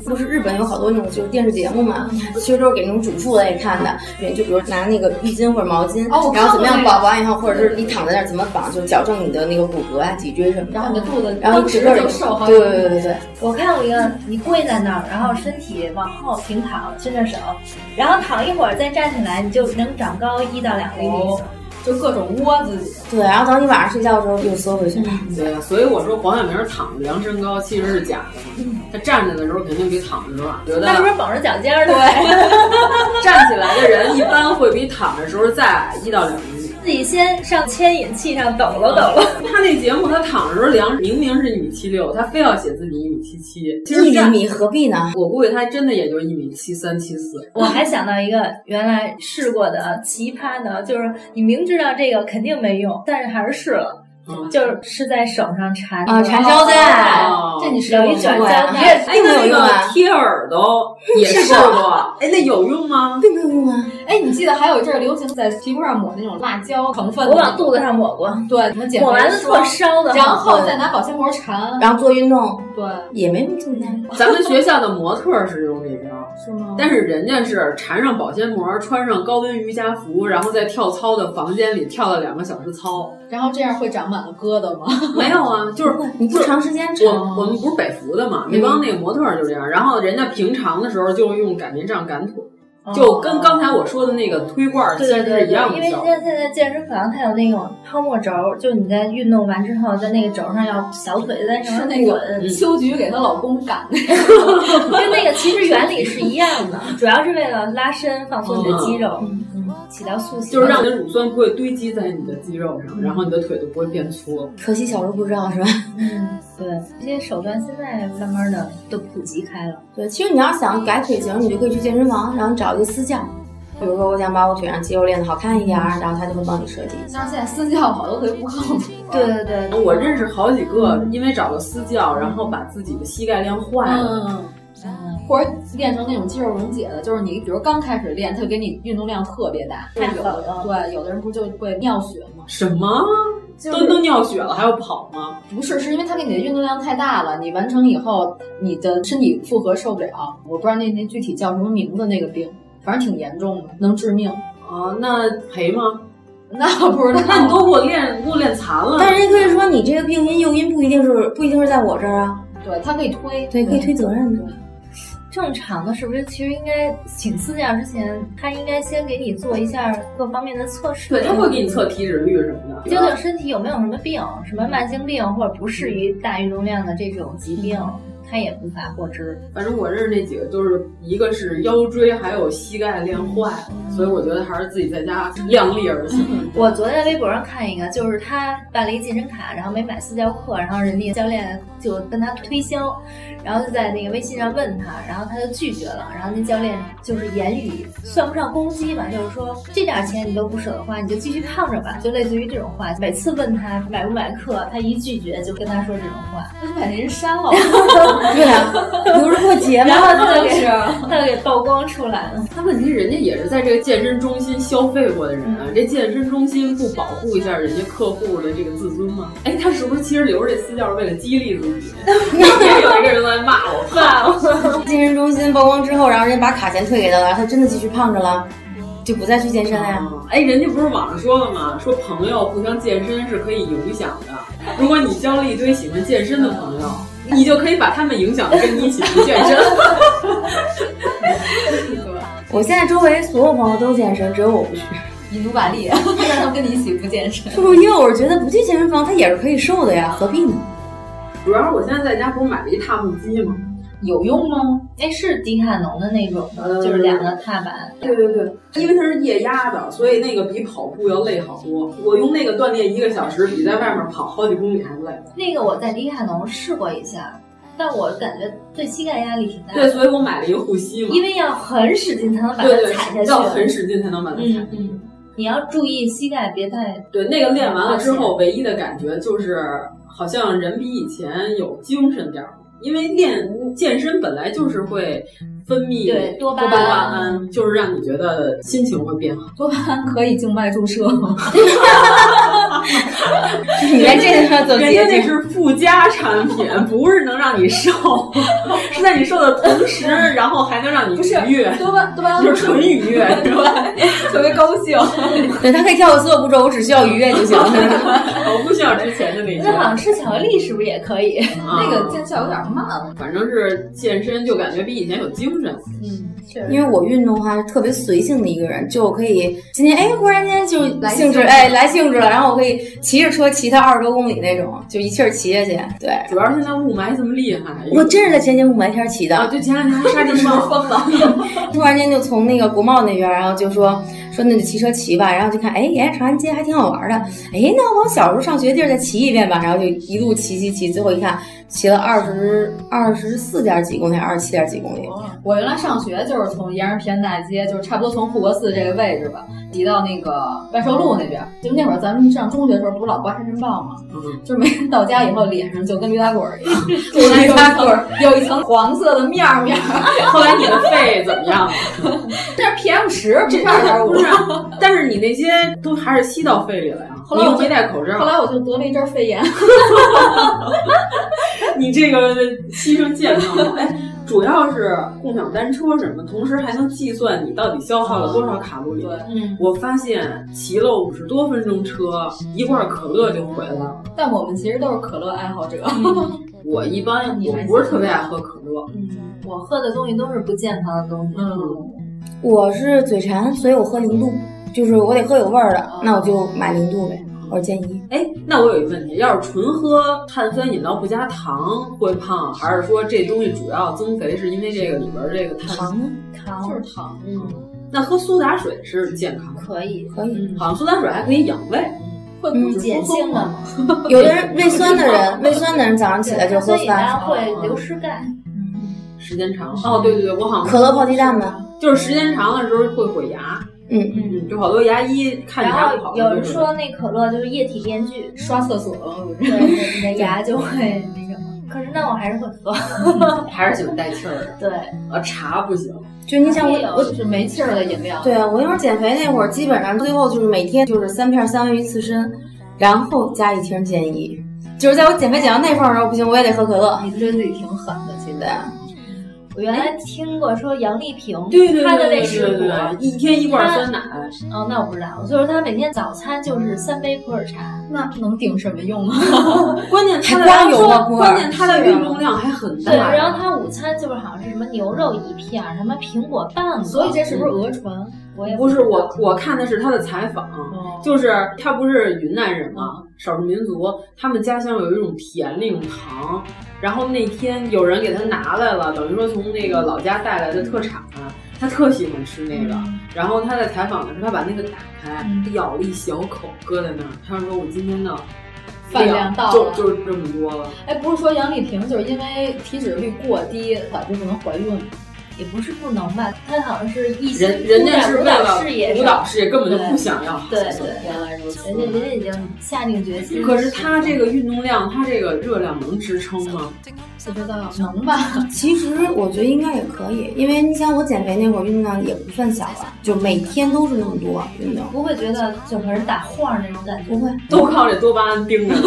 I: 不是日本有好多那种就是电视节目嘛，
J: 嗯
I: 其实都是给那种主妇来看的，就比如拿那个浴巾或者毛巾，
J: 哦我
I: 然后怎么样
J: 看过那个
I: 绑完以后，或者是你躺在那儿怎么绑，就矫正你的那个骨骼啊、脊椎什么的。
J: 然后你的肚子
I: 然后你
J: 当时
I: 整个人
J: 就瘦好几
I: 对
J: 斤
I: 对对对对。
E: 我看过一个，你跪在那儿，然后身体往后平躺，伸着手，然后躺一会儿再站起来，你就能长高一到两厘米。
J: 哦就各种窝自己。
I: 对，然后等你晚上睡觉的时候又缩回去了。
J: 嗯
H: 对啊，所以我说黄晓明躺着量身高其实是假的
J: 嗯
H: 嘛，他站着的时候肯定比躺着的时候啊觉
E: 那不是
H: 得。
E: 绑着脚尖儿的吗？
J: [laughs]
H: 站起来的人一般会比躺着时候再一到两厘米。
E: 自己先上牵引器上抖了抖了。
H: 他那节目他躺着时候量明明是一米七六，他非要写自己一米七七，其实
I: 一厘
H: 站
I: 米何必呢？
H: 我估计他真的也就一米七三七四。
E: 我还想到一个原来试过的奇葩呢，就是你明知道这个肯定没用，但是还是试了。就是是在手上缠
I: 啊缠胶带
E: 哦
I: 这你是
E: 有一卷胶带，
H: 哎，那
I: 啊
H: 个贴耳朵也试过，哎，那有用吗？
I: 并没有用啊。
J: 哎，你记得还有一阵儿流行在皮肤上抹那种辣椒成分的
E: 我
J: 吗，
E: 往肚子上抹过，
J: 对，你们减
E: 抹完
J: 肥
E: 了特烧
J: 霜
E: 的
J: 然后
E: 很
J: 再拿保鲜膜缠，
I: 然后做运动
J: 对，
I: 也没做运动。
H: 咱们学校的模特是用这招，
J: 是吗？
H: 但是人家是缠上保鲜膜，穿上高温瑜伽服，然后在跳操的房间里跳了两个小时
I: [laughs]
H: 操。
J: 然后这样会长满了疙瘩吗？
H: 没有啊，就是
I: 你不长时间
E: 哦
H: 我我们不是北服的
E: 嗯
H: 嘛，那帮那个模特儿就这样。然后人家平常的时候就用擀面杖擀腿，就跟刚才我说的那个推罐儿其
E: 哦对
H: 实
E: 对
H: 是
E: 对
H: 一样
E: 对，因
H: 的
E: 为
H: 效
E: 现在
H: 果。
E: 现在健身房它有那种泡沫轴，就你在运动完之后，在那个轴上要小腿在上
J: 是
E: 面
J: 那
E: 滚。
J: 个
I: 嗯
J: 秋菊给她老公擀
E: [laughs]
J: 的，
E: 跟那个其实原理是一样的，主要是为了拉伸、放松你的肌肉，嗯，起到塑形，
H: 就是让你的乳酸不会堆积在你的肌肉上，然后你的腿就不会变粗了。
I: 可惜小时候不知道是吧？
E: 嗯， [laughs] 对，这些手段现在慢慢的都普及开了。
I: 对，其实你要想改腿型，你就可以去健身房，然后找一个私教。比如说，我想把我腿上肌肉练得好看一点儿，然后他就会帮你设计。
J: 但是现在私教好多回不靠谱。
E: 对对对
H: 我认识好几个，
J: 嗯
H: 因为找了私教，然后把自己的膝盖练坏了。
J: 嗯或者练成那种肌肉溶解的，就是你比如刚开始练，它就给你运动量特别大，
E: 太狠
J: 有的
E: 了
J: 对，有的人不就会尿血吗？
H: 什么？
J: 就是
H: 都都尿血了还要跑吗？
J: 不是，是因为它给你的运动量太大了，你完成以后，你的身体负荷受不了。我不知道那那具体叫什么名字那个病，反正挺严重的，能致命。
H: 啊，那赔吗？
J: [laughs] 那不知道，
H: 那你都给我练，给我练残
J: [laughs]
H: 了。
I: 但是也可以说，你这个病因诱因不一定是不一定是在我这儿啊，
J: 对，它可以推，
I: 对，可以推责任的。
E: 正常的是不是其实应该请私教之前，他应该先给你做一下各方面的测试，
H: 对，他会给你测体脂率什么的。
E: 究竟身体有没有什么病，什么慢性病或者不适于大运动量的这种疾病，
J: 嗯
E: 他也无法获知。
H: 反正我认识那几个，就是一个是腰椎，还有膝盖练坏了，所以我觉得还是自己在家量力而行。
E: 我昨天在微博上看一个，就是他办了一健身卡，然后没买私教课，然后人家教练就跟他推销，然后就在那个微信上问他，然后他就拒绝了，然后那教练就是言语算不上攻击吧，就是说这点钱你都不舍得花，你就继续胖着吧，就类似于这种话。每次问他买不买课，他一拒绝就跟他说这种话，
J: 那就把那人删
E: [laughs]
J: 了。
I: 对啊，留着过节嘛
E: 然。后他就给
J: [laughs] 是
E: 他就给曝光出来
I: [laughs]
E: 了。
H: 那问题，人家也是在这个健身中心消费过的人啊，这健身中心不保护一下人家客户的这个自尊吗？哎，他是不是其实留着这私教是为了激励自己？今天有一个人来骂我，
I: 健身中心曝光之后，然后人家把卡钱退给他了，他真的继续胖着了，就不再去健身了呀。
H: 哎，人家不是网上说了吗？说朋友互相健身是可以影响的。如果你交了一堆喜欢健身的朋友，你就可以把他们影响的跟你一起去健身。
I: 我现在周围所有朋友都健身，只有我不去。
J: 你努把力， [laughs] 让他们跟你一起不健身。
I: 不是因为我是觉得不去健身房，他也是可以瘦的呀，何必呢？
H: [laughs] 主要是我现在在家不是买了一踏步机吗？
E: 有用吗？哎，是迪卡侬的那种吗？
J: 呃
E: 就是两个踏板。
H: 对对对，因为它是液压的，所以那个比跑步要累好多。我用那个锻炼一个小时，比在外面跑好几公里还累。
E: 那个我在迪卡侬试过一下，但我感觉对膝盖压力挺大的。
H: 对，所以我买了一个护膝嘛。
E: 因为要很使劲才能把它
H: 对
E: 踩下
H: 对，
E: 去。
H: 要很使劲才能把它踩下
E: 嗯
H: 去。
E: 嗯，你要注意膝盖别太
H: 对，那个练完了之后，唯一的感觉就是好像人比以前有精神点儿，因为练健身本来就是会分泌
J: 对
H: 多
J: 多
H: 巴
J: 巴
H: 胺，
J: 胺
H: 就是让你觉得心情会变好。
J: 多巴胺可以静脉注射吗？
I: [laughs] 你在这个上走
H: 人
I: 捷
H: 家那
I: 径，
H: 是附加产品，不是能让你瘦， [laughs] 是在你瘦的同时，然后还能让你
J: 不是
H: 愉悦，
J: 多巴多巴胺
H: 就是纯愉悦，是吧？
J: 对，特别高兴。
I: [laughs] 对他可以跳过所有步骤，我只需要愉悦就行了。
E: [laughs]
H: [laughs] 我不需要之前的那
E: 那好像
H: 些。
E: 吃巧克力是不是也可以？
H: 啊
J: 那个见效有点慢了，
H: 反正是健身，就感觉比以前有精神。
J: 嗯，
I: 因为我运动的话是特别随性的一个人，就我可以今天哎忽然间就
J: 来
I: 兴致
J: 兴致
I: 哎来兴致了，然后我可以骑着车骑到二十多公里那种，就一气儿骑下去。对，
H: 主要是现在雾霾这么厉害，
I: 我真是在前年雾霾天骑
J: 啊
H: [laughs]
I: 的，
H: 啊，就前两天还沙
J: 那
H: 地
J: 是不是
H: 帽，
J: 疯了？
I: 突然间就从那个国贸那边，然后就说说那就骑车骑吧，然后就看，哎，沿着长安街还挺好玩的，哎，那我往小时候上学的地儿再骑一遍吧，然后就一路骑骑骑，最后一看骑了二十二十四点几公里，二十七点几公里。
J: [laughs] 我原来上学就是从延安平大街，就是差不多从护国寺这个位置吧，移到那个万寿路那边。就
H: [laughs]
J: 那会儿咱们上中学的时候，不是老刮沙尘暴吗？
H: 嗯，
J: 就是每天到家以后，脸上就跟驴打滚儿一样， [laughs] 就
H: 驴打
J: 滚儿有一层黄色的面儿面儿。
H: 后来你的肺怎么样了？
J: [laughs] 但是 PM 十不是二点五
H: 不，是啊， [laughs] 但是你那些都还是吸到肺里了呀。
J: 后来我
H: 你又
J: 就
H: 没戴口罩，
J: 后来我就得了一阵肺炎。
H: 你这个牺牲健康了。哎，主要是共享单车什么，同时还能计算你到底消耗了多少卡路里。
J: 对
H: 嗯，我发现骑了五十多分钟车，一罐可乐就回来了。嗯
J: 但我们其实都是可乐爱好者。
H: 我一般
J: [laughs] 你
H: 我
J: 还
H: 不是特别爱喝可乐，
E: [laughs] 我喝的东西都是不健康的东西。嗯，
I: 我是嘴馋，所以我喝零度，就是我得喝有味儿
E: 哦
I: 的，那我就买零度呗。我建议，
H: 哎，那我有一个问题，要是纯喝碳酸饮料不加糖会胖，还是说这东西主要增肥是因为这个里边儿这个碳
I: 糖
J: 糖就是糖，
H: 嗯，那喝苏打水是健康的，
E: 可以，嗯
I: 可
J: 嗯
I: 以。
H: 好像苏打水还可以养胃。
J: 会补
I: 嗯
J: 助
E: 碱性的
J: 吗？
H: [laughs]
I: 有的人胃酸的人，胃酸的人早上起来就喝
E: 所
I: 苏
E: 以
I: 打
E: 它
I: 水，
E: 会流失钙。
H: 时间长哦，对对对，我好像
I: 可乐泡鸡蛋呗。
H: 就是时间长了时候会毁牙，
I: 嗯
H: 嗯，就好多牙医看
E: 然
H: 牙不好
E: 后
H: 的
E: 有人
H: 就是嗯
E: 说那可乐就是液体电锯，
J: 刷厕所，
E: 对， [laughs] 对你的牙就会那什么。可是那我还是会喝，
H: 嗯还是喜欢带气儿的，
E: [laughs] 对，
H: 呃，茶不行，
I: 就你想我
E: 也有
I: 我
J: 就是没气儿的饮料。
I: 对啊，我那会儿减肥那会儿，基本上最后就是每天就是三片三文鱼刺身，然后加一瓶建议。就是在我减肥减到那份儿的时候，不行，我也得喝可乐。
J: 你对自己挺狠的，其实
I: 对。啊
E: 我原来听过说杨丽萍，
H: 对对对
E: 她嗯的
H: 对
E: 那
H: 对
E: 食
H: 对
E: 谱，
H: 对，一天一罐酸奶，
E: 哦，那我不知道，就是她每天早餐就是三杯普洱茶，
J: 那能顶什么用啊？
H: 关键它的
I: 还光有了
H: 关键它
E: 啊
H: 的运动量还很大，
E: 对，
J: 嗯
E: 然后她午餐就是好像是什么牛肉一片儿，什么苹果半个，
J: 所以这是不是
I: 嗯
J: 讹传？我也
H: 不
J: 知
H: 是
J: 道哦
H: 我，我看的是他的采访，就是他不是云南人嘛，少数民族，他们家乡有一种甜那种糖，然后那天有人给他拿来了，等于说从那个老家带来的特产，他特喜欢吃那个。然后他在采访的时候，他把那个打开，咬了一小口，搁在那儿，他说：“我今天的
J: 饭量到
H: 就
J: 了
H: 就是这么多了。
J: 哎，不是说杨丽萍就是因为体脂率过低导致不能怀孕吗？
E: 也不是不能吧，她好像是一
H: 人人家是为了
E: 事业
H: 舞蹈事业，根本就不想要。
E: 对对
J: 原来如此。
E: 人家人家已经下定决心。
H: 可是他这个运动量，他这个热量能支撑吗？
J: 不知道能吧？
I: 其实我觉得应该也可以，因为你想我减肥那会儿运动量也不算小了，就每天都是那么多运动。
E: 不会觉得整个人打晃儿那种感觉，不会。
H: 都靠这多巴胺盯着呢，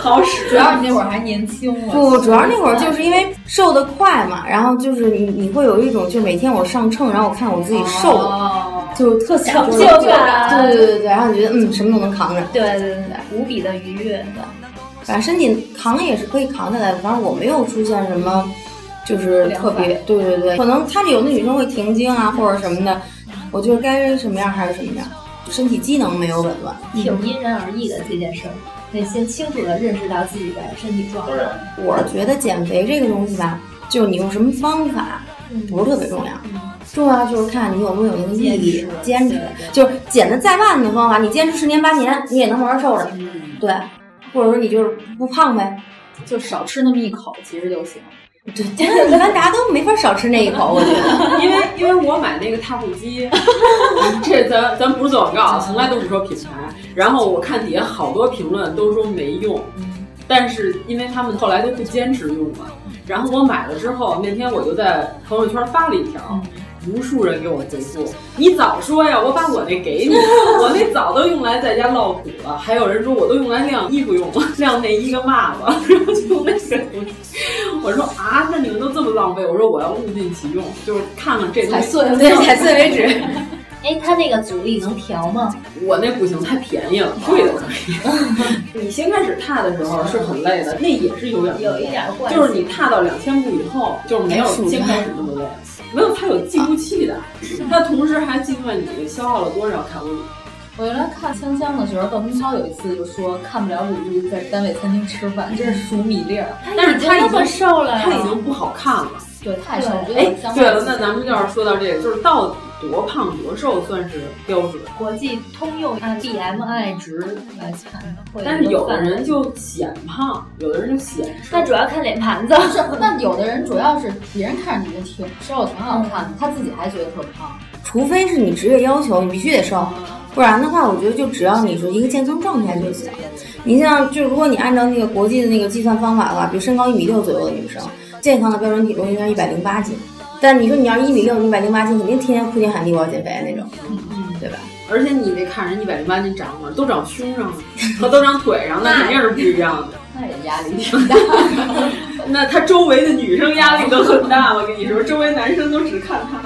H: 好使。
J: 主要你那会儿还年轻嘛。
I: 不，主要那会儿就是因为瘦得快嘛，然后就是你你会有一种，就每天我上秤，然后我看我自己瘦了，
J: 哦，
I: 就特享受
E: 成就感
I: 对对对对，然后你觉得嗯什么都能扛着，
E: 对对对对，无比的愉悦的。
I: 反正身体扛也是可以扛下来的。反正我没有出现什么，就是特别对对对，可能他们有的女生会停经啊或者什么的，我就是该什么样还是什么样，身体机能没有紊乱。
E: 挺因人而异的这件事儿，得先清楚的认识到自己的身体状况。
I: 我觉得减肥这个东西吧，就是你用什么方法
E: 嗯，
I: 不是特别重要。重要就是看你有没有那个毅力
E: 坚持
I: 坚持，就是减的再慢的方法，你坚持十年八年，你也能慢慢瘦着，对，或者说你就是不胖呗，
J: 就少吃那么一口，其实就行。
I: [laughs] 对，真的，一般大家都没法少吃那一口，我觉得。
H: [laughs] 因为因为我买那个踏步机，这咱咱不是做广告，啊从来都不说品牌。然后我看底下好多评论都说没用，但是因为他们后来都不坚持用了。然后我买了之后，那天我就在朋友圈发了一条，无数人给我回复：“你早说呀，我把我那给你，我那早都用来在家烙苦了。”还有人说我都用来晾衣服用了， [laughs] 晾内衣跟袜子，然后就那个东西。我说啊，那你们都这么浪费？我说我要物尽其用，就是看看这东
J: 踩
H: 西。
J: 碎了
I: 对，踩碎为止。
E: 哎，它那个阻力能调吗？
H: [laughs] 我那不行，太便宜了，贵的可
E: [laughs]
H: 以。你先开始踏的时候是很累的，那也是有氧运动
E: 有一点儿惯性
H: 就是你踏到两千步以后，就是没有先开始那么累，没有它有计步器
E: 啊
H: 的，它同时还计算你消耗了多少卡路里。
J: 我原来看《锵锵》的时候，窦文涛有一次就说看不了鲁豫在单位餐厅吃饭，真是数米粒儿。
H: 但是它已
E: 哎那么
H: 经
E: 瘦了呀，哎
H: 它已经不好看了。
J: 对，太瘦了。
H: 哎，对了，那咱们要是说到这个，就是到底多胖多瘦算是标准？
E: 国际通用按 BMI 值来看，会
H: 但是有的
E: 范围
H: 人就显胖，有的人就显瘦。
E: 那主要看脸盘子。
J: 是，那有的人主要是别人看着你挺瘦挺好看的，他自己还觉得特胖。
I: 除非是你职业要求，你必须得瘦，不然的话，我觉得就只要你是一个健康状态就行。你像，就如果你按照那个国际的那个计算方法的话，比如身高一米六左右的女生，健康的标准体重应该是一百零八斤。但你说你要是一米六、一百零八斤，肯定天天哭天喊地我要减肥那种，对吧？
H: 而且你得看人一百零八斤长哪儿，都长胸上了，和都长腿上，那肯定是不一样的。
J: 那也压力挺大。
H: [laughs] 那他周围的女生压力都很大，我跟你说，周围男生都只看他。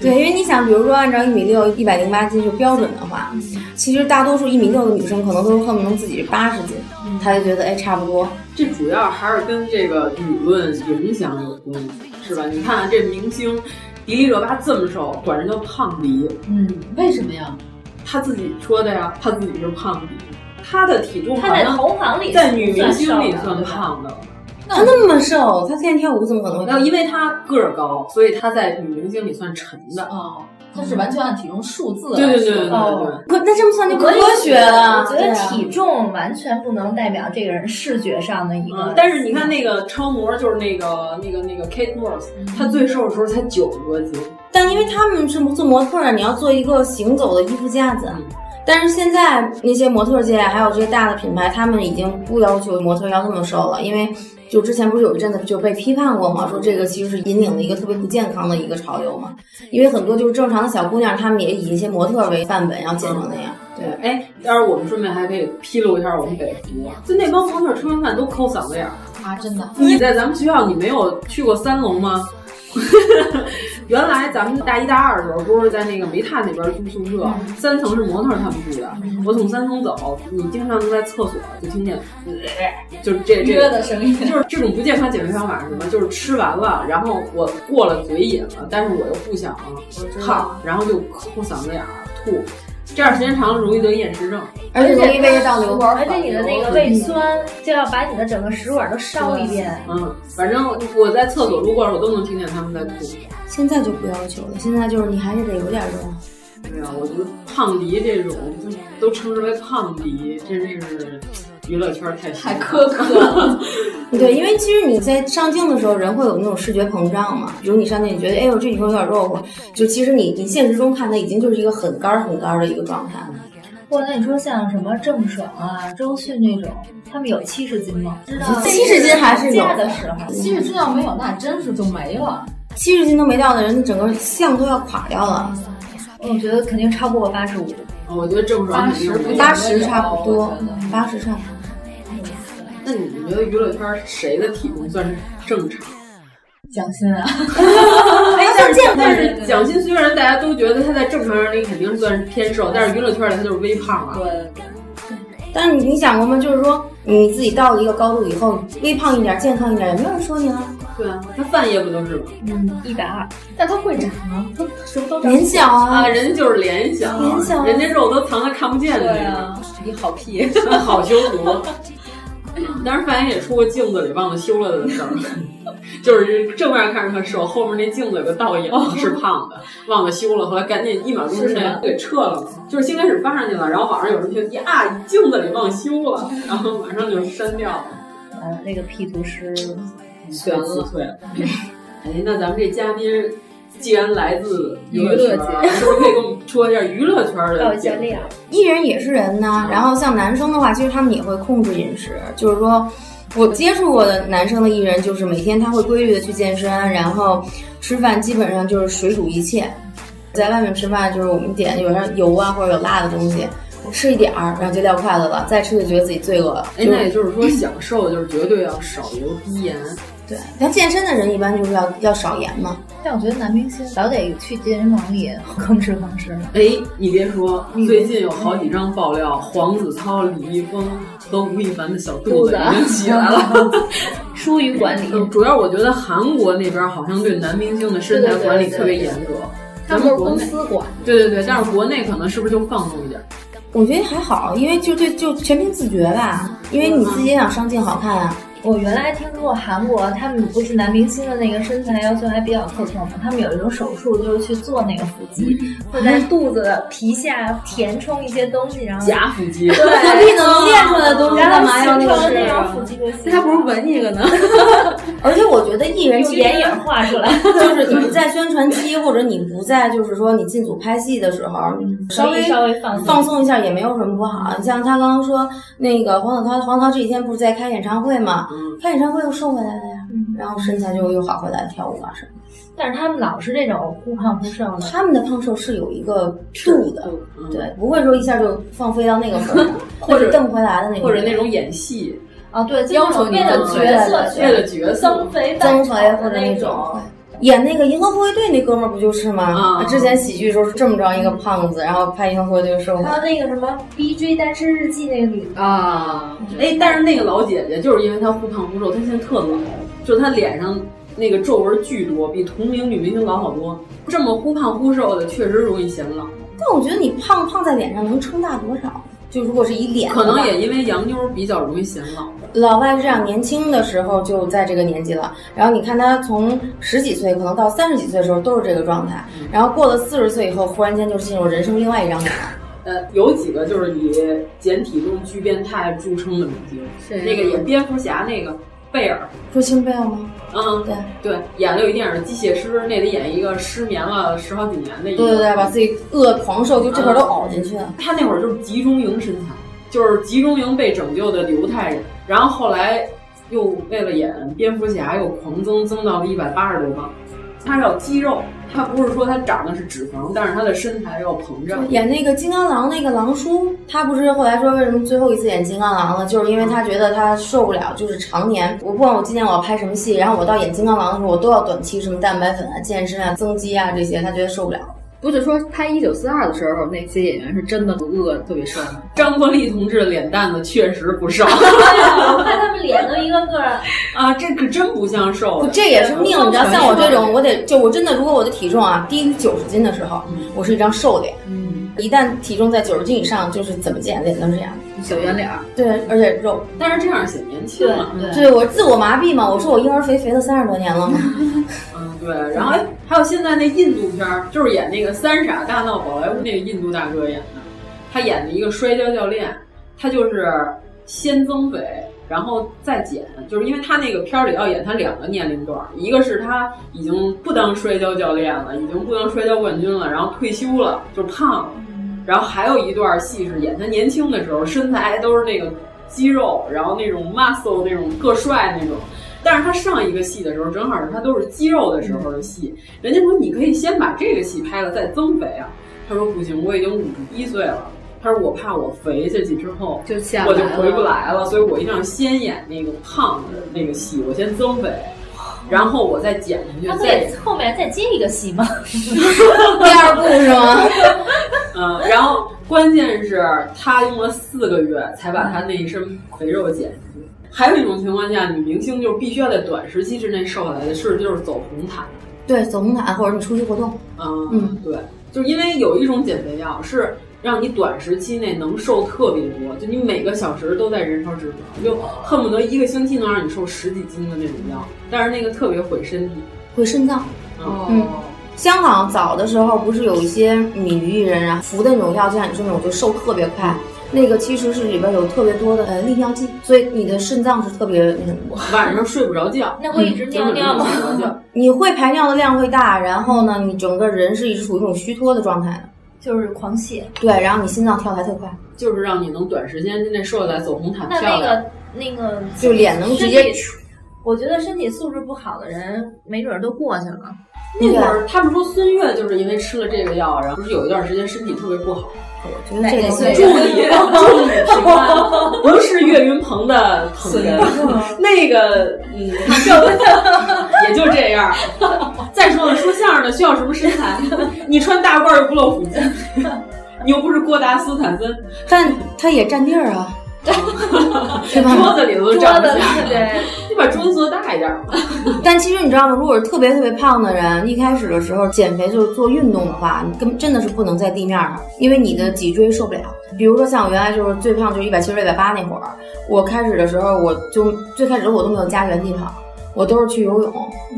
I: 对，因为你想，比如说按照一米六、一百零八斤是标准的话，
E: 嗯
I: 其实大多数一米六的女生可能都是恨不得自己是八十斤，
E: 嗯
I: 她就觉得哎差不多。
H: 这主要还是跟这个舆论影响有关，是吧？你看啊这明星迪丽热巴这么瘦，管人叫胖迪，
J: 嗯，为什么呀？
H: 她自己说的呀，她自己就是胖迪，她的体重
E: 她在
H: 好像
E: 同行里
H: 在女明
E: 算
H: 星
E: 瘦
H: 里
E: 的
H: 算
E: 对吧
H: 胖的了。哦
I: 她那么瘦，她天天跳舞怎么可能会
H: 那
I: 胖？
H: 因为她个儿高，所以她在女明星里算沉的。嗯
J: 哦，它是完全按体重数字
H: 对
J: 来
H: 对
J: 说
H: 对对对对
J: 哦。。
I: 可那这么算就不科学了。
E: 我觉得
I: 对啊
E: 体重完全不能代表这个人视觉上的一个
H: 嗯，。但是你看那个超模，就是那个那个那个 Kate Moss，她
E: 嗯
H: 最瘦的时候才九十多斤，
I: 但因为他们是做模特儿，你要做一个行走的衣服架子。但是现在那些模特界还有这些大的品牌，他们已经不要求模特要那么瘦了，因为就之前不是有一阵子就被批判过嘛，说这个其实是引领了一个特别不健康的一个潮流嘛，因为很多就是正常的小姑娘，她们也以一些模特为范本，然后减成那样。对，
H: 哎，当然我们顺便还可以披露一下我们北服，啊就那帮模特吃完饭都抠嗓子眼儿。
J: 啊，真的，
H: 你在咱们学校，你没有去过三龙吗？ [laughs] 原来咱们大一、大二的时候，不是在那个煤炭那边租宿舍，三层是模特他们住的。我从三层走，你经常能在厕所就听见，呃就是这这
J: 约的声音
H: 就是这种不健康减肥方法是什么？就是吃完了，然后我过了嘴瘾了，但是我又不想胖，然后就抠嗓子眼儿吐，这样时间长了容易得厌食症。
I: 而且容易胃道瘤。
E: 而且你的那个胃酸就要把你的整个食管都烧一遍。
H: 嗯，反正我在厕所路过的时候，我都能听见他们在吐。
I: 现在就不要求了，现在就是你还是得有点肉。
H: 哎呀，我觉得胖迪这种就都称之为胖迪，真是娱乐圈太太
J: 苛刻了。
I: 对，因为其实你在上镜的时候，人会有那种视觉膨胀嘛。比如你上镜，你觉得，哎呦，这女生有点肉乎，就其实你你现实中看她已经就是一个很干儿很干儿的一个状态了。
E: 哇，那你说像什么郑爽啊、周迅那种，他们有七十斤吗？知道
I: 七十斤还是有嗯
E: 加的时候，
J: 七十斤要没有，那真是就没了。
I: 七十斤都没到的人，整个相都要垮掉了。
E: 我觉得肯定超不过八十五。
H: [laughs] 我觉得郑爽肯定没有
I: 八十差不多，八十差不
E: [laughs]
I: 多。
H: 那你觉得娱乐圈谁的体重算是正常？
J: 蒋欣啊，
I: 哎呀，
H: 但是
I: 健
H: 但是蒋欣虽然大家都觉得她在正常人里肯定算是偏瘦，但是娱乐圈里她就是微胖啊。
J: 对，
I: 但是你想过吗？就是说你自己到了一个高度以后，微胖一点，健康一点，也没有人说你了。
H: 对啊，她范爷不就是吗？
E: 嗯，一百二，
J: 但他会长啊，他什么都长。
I: 脸小啊
H: 啊，，人就是脸小，啊
I: 脸小
H: 人家肉都藏在看不见的
J: 对
H: 地方。
J: 啊，你好
I: [laughs]
J: 屁。
H: [laughs] 好修图。哎当时范爷也出过镜子里忘了修了的事儿， [laughs] 就是正面看着他瘦，后面那镜子有个倒影是胖的，忘了修了，后来赶紧一秒钟之内给撤了。就是先开始发上去了，然后网上有人就呀，镜子里忘修了，然后马上就删掉了，
E: 呃，那个 P 图师
H: 全了，退了。哎，那咱们这嘉宾既然来自娱
J: 娱乐
H: 圈
J: 界
H: 儿，是不是可以跟我们说一下娱乐圈
E: 到教
H: 的节目
E: 练？
I: 艺人也是人呢，
J: 嗯
I: 然后像男生的话，其实他们也会控制饮食，就是说。我接触过的男生的艺人，就是每天他会规律的去健身，然后吃饭基本上就是水煮一切，在外面吃饭就是我们点有点油啊或者有辣的东西，吃一点儿，然后就撂筷子了，再吃就觉得自己罪恶了。
H: 哎，那也就是说，想瘦就是绝对要少油低盐。
I: 对，像健身的人一般就是要要少盐嘛，
E: 但我觉得男明星早得去健身房里吭哧吭哧的。
H: 哎，你别说，
E: 嗯
H: 最近有好几张爆料，黄子韬、李易峰和吴亦凡的小肚子已经起来了。
E: 啊 [laughs] 疏于管理，
H: 嗯主要我觉得韩国那边好像对男明星的身材管理特别严格，
E: 他
H: 咱
E: 们都是公
H: 们国内
E: 司管。
H: 对对对，但是国内可能是不是就放纵一点？
I: 我觉得还好，因为就对就全凭自觉吧，因为你自己也想上镜好看啊。
E: 我原来听说过韩国，他们不是男明星的那个身材要求还比较特殊吗？他们有一种手术，就是去做那个腹肌，
I: 嗯
E: 会在肚子的皮下填充一些东西，然后
H: 假腹肌，
E: 对，
I: 何必能练出来的东西
E: 然
I: 干
E: 后
I: 嘛要
E: 形成那
I: 种
E: 种腹肌就行。
H: 那他不如纹一个呢？
I: 啊而且我觉得艺人
E: 用眼影画出来
I: 就是你
E: [laughs]
I: 不在宣传期，或者你不在就是说你进组拍戏的时候，稍微
E: 嗯稍微放松
I: 放松一下也没有什么不好。你像他刚刚说那个黄子韬，黄子韬这几天不是在开演唱会吗？
E: 嗯
I: 开演唱会又瘦回来了呀，然后身材就又好回来，跳舞啊什么的。
E: 但是他们老是这种忽胖忽瘦的，
I: 他们的胖瘦是有一个度的，
H: 嗯
I: 对，不会说一下就放飞到那个
H: [laughs]
I: 份儿上，
H: 或者
I: 蹬回来的那种，
H: 或者那种演戏，
E: 啊，对，就
H: 要
E: 是
H: 求你
E: 为了
H: 增
E: 角色去，
H: 肥为了角色
E: 增肥
I: 增
E: 扮
I: 肥
E: 丑
I: 或
E: 的
I: 者那
E: 种。
I: 种。演那个《银河护卫队》那哥们儿不就是
H: 啊
I: 吗？之前喜剧时候是这么着一个胖子，然后拍《银河护卫队》的时候，
E: 还有那个什么《B J 单身日记》那个女的
H: 啊，
E: 嗯
H: 哎，但是那个老姐姐就是因为她忽胖忽瘦，她现在特老，就是她脸上那个皱纹巨多，比同龄女明星老好多。这么忽胖忽瘦的，确实容易显老。
I: 但我觉得你胖胖在脸上能撑大多少？就如果是以脸的
H: 可
I: 话，
H: 能也因为洋妞比较容易显老。
I: 老外是这样，年轻的时候就在这个年纪了，然后你看他从十几岁可能到三十几岁的时候都是这个状态，然后过了四十岁以后，忽然间就进入人生另外一张脸。
H: 呃，有几个就是以减体重巨变态著称的明星，
I: 谁
H: 那个演蝙蝠侠那个贝尔，
I: 说清贝尔吗？
H: 嗯，
I: 对
H: 对，演了有一电影《机械师》，那里演一个失眠了十好几年的一
I: 对
H: 个，呃
I: 对对，把自己饿得狂瘦，就这块都凹进去了。
H: 他那会儿就是集中营身材，就是集中营被拯救的犹太人，然后后来又为了演蝙蝠侠又狂增，增到了一百八十多磅。他是有肌肉，他不是说他长的是脂肪，但是他的身材要膨胀。
I: 演那个金刚狼那个狼叔，他不是后来说为什么最后一次演金刚狼了，就是因为他觉得他受不了，就是常年我不管我今年我要拍什么戏，然后我到演金刚狼的时候，我都要短期什么蛋白粉啊、健身啊、增肌啊这些，他觉得受不了。
J: 不是说拍《一九四二》的时候，那些演员是真的饿得特别瘦吗？
H: 张国立同志的脸蛋子确实不
J: [laughs]
H: 瘦
E: 我看他们脸都一个个儿，
H: 啊，这可真不像瘦的。
I: 这也是命，你知道，像我这种，我得就我真的，如果我的体重啊低于九十斤的时候，我是一张瘦脸。
J: 嗯，
I: 一旦体重在九十斤以上，就是怎么减脸都是这样。
J: 小圆脸儿，
I: 对，而且肉，
H: 嗯但是这样显年轻了。
I: 对我自我麻痹嘛，我说我婴儿肥肥了三十多年了嘛。
H: 嗯对，然后哎，还有现在那印度片儿，就是演那个《三傻大闹宝莱坞》那个印度大哥演的，他演的一个摔跤教练，他就是先增肥，然后再减，就是因为他那个片儿里要演他两个年龄段儿，一个是他已经不当摔跤教练了，已经不当摔跤冠军了，然后退休了，就是胖了。然后还有一段戏是演他年轻的时候，身材都是那个肌肉，然后那种 muscle 那种特帅那种。但是他上一个戏的时候，正好是他都是肌肉的时候的戏。人家说你可以先把这个戏拍了再增肥啊。他说不行，我已经五十一岁了。他说我怕我肥下去之后
J: 就下不
H: 我就
J: 来了
H: 回不来了，所以我一定要先演那个胖的那个戏，我先增肥，然后我再减
E: 他
H: 下去，
E: 可
H: 再
E: 以后面再接一个戏吗？ [laughs]
I: 第二部是吗？
J: [laughs]
H: 嗯，然后关键是他用了四个月才把他那一身肥肉减下去。还有一种情况下，女明星就是必须要在短时期之内瘦下来的，是就是走红毯。
I: 对，走红毯或者你出去活动，
H: 嗯，
I: 嗯
H: 对，就是因为有一种减肥药是让你短时期内能瘦特别多，就你每个小时都在燃烧脂肪，就恨不得一个星期能让你瘦十几斤的那种药，但是那个特别毁身体。
I: 回肾脏。
H: 嗯
I: 嗯，
E: 哦
I: 香港早的时候不是有一些女艺人啊服的那种药，就像你说那种就瘦特别快，那个其实是里边有特别多的呃利尿剂，所以你的肾脏是特别那什么。
H: 晚上睡不着觉，
E: 那会一直尿尿吗
H: 嗯真的睡不着觉
I: 你会排尿的量会大，然后呢，你整个人是一直处于一种虚脱的状态的。
E: 就是狂泻。
I: 对，然后你心脏跳得还特快，
H: 就是让你能短时间之内瘦下来，走红毯
E: 那
H: 漂
E: 那
H: 亮。
E: 个那个，
I: 就脸能直接
E: 身体。我觉得身体素质不好的人，没准儿都过去了。
H: 那会儿他们说孙悦就是因为吃了这个药，然后不是有一段时间身体特别不
E: [laughs]
H: 好。
I: 我觉得这个
H: 祝你 [laughs] 祝你平安，不是岳云鹏的捧哏，那个嗯，叫
E: [laughs]
H: 也就这样。再说了，说相声的需要什么身材？你穿大褂又不露腹肌，你又不是郭达斯坦森，
I: 但它也占地儿啊，对吧？
H: 桌子里头都
E: 桌
H: 站
E: 子
H: 不下。
E: 对，
H: 你把桌子做大一点嘛。
I: [laughs] 但其实你知道吗？如果是特别特别胖的人，一开始的时候减肥就是做运动的话，你根本真的是不能在地面上，因为你的脊椎受不了。比如说像我原来就是最胖就是一百七十、一百八那会儿，我开始的时候我就最开始我都没有加原地跑。我都是去游泳，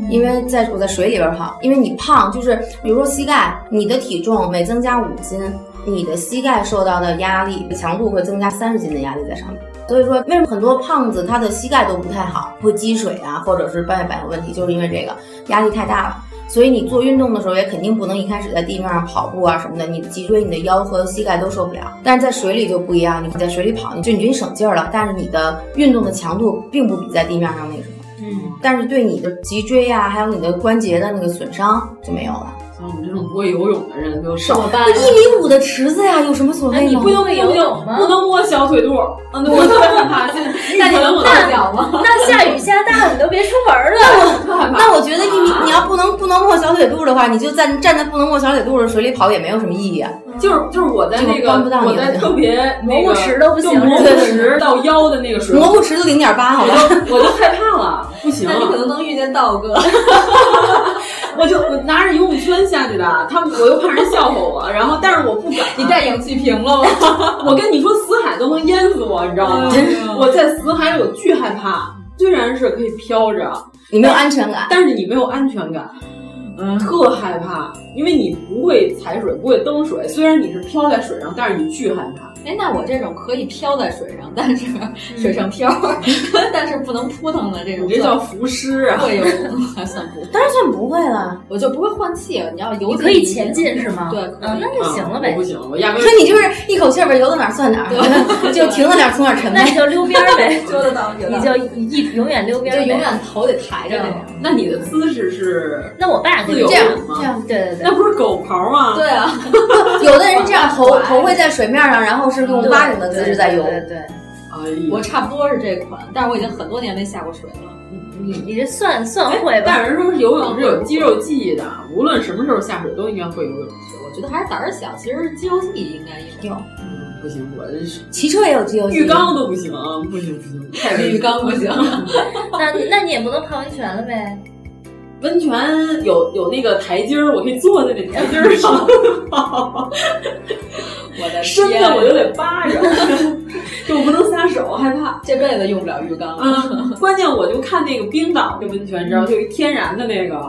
I: 因为在我在水里边跑，因为你胖就是，比如说膝盖，你的体重每增加五斤，你的膝盖受到的压力强度会增加三十斤的压力在上面。所以说，为什么很多胖子他的膝盖都不太好，会积水啊，或者是半月板有问题，就是因为这个压力太大了。所以你做运动的时候也肯定不能一开始在地面上跑步啊什么的，你的脊椎、你的腰和膝盖都受不了。但是在水里就不一样，你在水里跑，你就你觉得你省劲儿了，但是你的运动的强度并不比在地面上那个什么。
H: 嗯，
I: 但是对你的脊椎呀、啊，还有你的关节的那个损伤就没有了。
H: 像我们这种不会游泳的人就
I: 少
H: 办。
I: 一米五的池子呀、啊，有什么所谓吗？
H: 你不能游泳吗？不能摸小腿肚。嗯，我特别害怕。
E: 那
H: 你能摸到脚 [laughs] 吗？
E: 那下雨下大了，你都别出门
H: 了。
I: 那我觉得一米，你要不能不能摸小腿肚的话，你就站站在不能摸小腿肚的水里跑也没有什么意义啊。
H: 就是就是我在那个我在特别
E: 蘑菇池都不行，
H: 蘑菇池到腰的那个
J: 啊
H: 水，
I: 蘑菇池都零点八，好吧，
J: [laughs]
H: 我就害怕了，不行。
J: 那你可能能遇见道哥，
H: 我就我拿着游泳圈下去的，他们我又怕人笑话我，然后但是我不敢。
J: 你带氧气瓶了吗？
H: [laughs] 我跟你说，死海都能淹死我，你知道吗？我在死海里我巨害怕，虽然是可以飘着，
I: [laughs] 你没有安全感，
H: 但是你没有安全感。嗯、特害怕，因为你不会踩水，不会蹬水。虽然你是飘在水上，但是你巨害怕。
J: [laughs] 哎，那我这种可以飘在水上，但是水上漂，嗯、但是不能扑腾的这种，
H: 这叫浮尸啊！ [laughs]
J: 会游泳还算不会，
I: 当然算不会了。
J: 我就不会换气，你要游
E: 可以前进是
H: 啊
E: 吗？
J: 对，
E: 嗯，那就行了呗。
H: 我不行，我压根。
I: 所以你就是一口气儿吧，游到哪儿算哪儿， [laughs] 就停到哪儿从哪儿沉
E: 那你就溜边儿
J: [laughs]
E: 呗，
J: 溜得到
E: 你就一永远溜边
J: 儿，就永远头得抬着。
H: 那你的姿势是？
E: 那我爸
H: 自由
I: 这样
H: 吗？
I: 这样，对对对。
H: 那不是狗刨吗？
J: [laughs] 对啊，
I: [laughs] 有的人这样
J: [laughs]
I: 头头会在水面上，然后。是用蛙泳的姿势在游，
E: 对对。哎
H: 呀，
J: 我差不多是这款，但是我已经很多年没下过水了。
E: 你你这算
I: 哎
E: 算会吧？
H: 但是哎人说是游泳是有肌肉记忆的，无论什么时候下水都应该会游泳。
J: 我觉得还是胆儿小，其实肌肉记忆应该有。
H: 嗯，不行，我
I: 骑车也有肌肉记忆，
H: 浴缸都不行，不行不行，太
J: 浴
I: [laughs]
J: 缸不行。
E: 那那你也不能泡温泉了呗？
H: 温泉有有那个台阶儿，我可以坐在那台阶儿
J: [laughs]
H: 上
J: 啊
H: 跑。
J: 我的
H: 身子我就得扒
J: [laughs]
H: 着，就我不能撒手，害怕
J: 这辈子用不了浴缸
H: 了。嗯，关键我就看那个冰岛的温泉，你知道，就一天然的那个，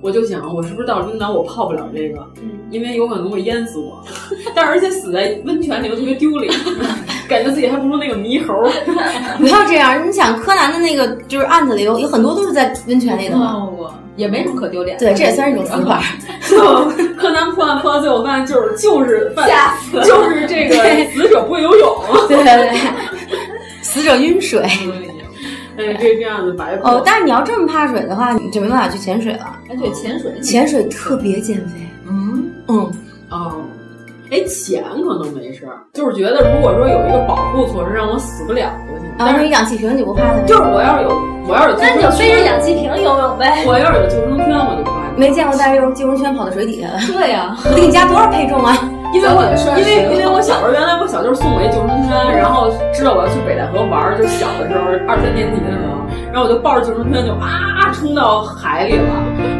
H: 我就想我是不是到冰岛我泡不了这个，嗯、因为有可能会淹死我， [laughs] 但而且死在温泉里又特别丢
J: [laughs]
H: 脸，感觉自己还不如那个猕猴。
I: 不要这样，你想柯南的那个就是案子里有有很多都是在温泉里的嘛。
J: 哦也没什么可丢脸，
I: 对，这也算是一种死法。
H: [laughs] 就柯南破案破到最后，发现就是就是
J: [laughs] 吓死，
H: 就是这个死者不会游泳，
I: 对对对， [laughs] 死者晕水。
H: [laughs] 哎，这这样子白
I: 哦。但是你要这么怕水的话，你就没办法去潜水了。
J: 哎，对，潜水，
I: 潜水特别减肥。
H: 嗯
I: 嗯
H: 哦，哎，潜可能没事，就是觉得如果说有一个保护措施，让我死不了就行。
I: 但是氧气瓶你不怕它？
H: 就是我要是有，我要是
E: 那你就背着氧气瓶游泳呗。
H: 我要是有救生圈，我就不怕。
I: 没见过带着救生圈跑到水底 [laughs] 下的。
J: 对呀，
I: 我给你加多少配重啊？
H: 因为我因为因为我小时候原来我小舅送我一救生圈，然后知道我要去北戴河玩，就小的时候二三年级的时候，然后我就抱着救生圈就啊冲到海里了，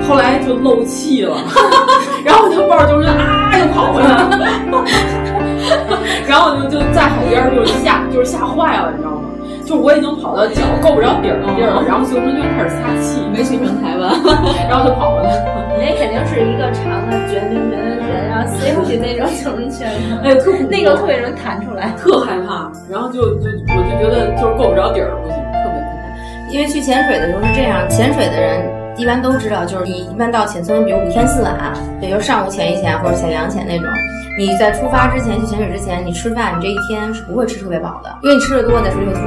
H: 后来就漏气了， [laughs] 然后我就抱着救生圈啊又跑回来了，然后就就在海边就吓就是吓坏了，你知道吗？就我已经跑到脚够不着底儿的地儿了，然后救生圈开始撒气，
J: 没去成台湾，
H: [laughs] 然后就跑回来了。
E: 你那肯定是一个长的卷卷卷卷卷，然后塞回去那种救生圈，
I: [laughs]
H: 哎，特
I: 啊
E: 那个特别容易弹出来，
H: 特害怕。然后就就我就觉得就是够不着底儿了，不行，特别害
I: 怕。因为去潜水的时候是这样，潜水的人一般都知道，就是你一般到浅村，比如五天四晚，比如上午潜一潜或者潜两潜那种。你在出发之前去潜水之前，你吃饭，你这一天是不会吃特别饱的，因为你吃的多，你在水里会吐。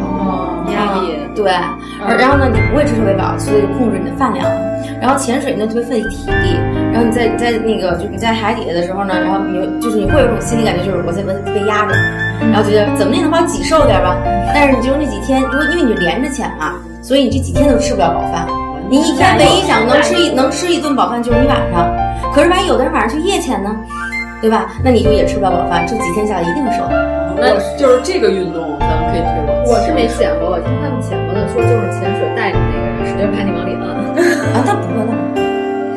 J: 哦，压力
I: 对，嗯、然后呢，你不会吃特别饱，所以控制你的饭量。然后潜水呢特别费体力，然后你在你在那个就你在海底下的时候呢，然后你就是你会有种心理感觉，就是我在被被压着，然后觉得怎么也能把我挤瘦点吧。但是你就是那几天，如果因为你连着潜嘛，所以你这几天都吃不了饱饭。你一天唯一想能吃一能吃一顿饱饭就是你晚上，可是万一有的人晚上去夜潜呢？对吧？那你就也吃不了饱饭，这几天下来一定瘦。
H: 那就是这个运动，咱们可以推广。
J: 我是没潜过，我听他们潜过的说，就是潜水
E: 就是怕你往里摁。
I: 啊，他不会弄，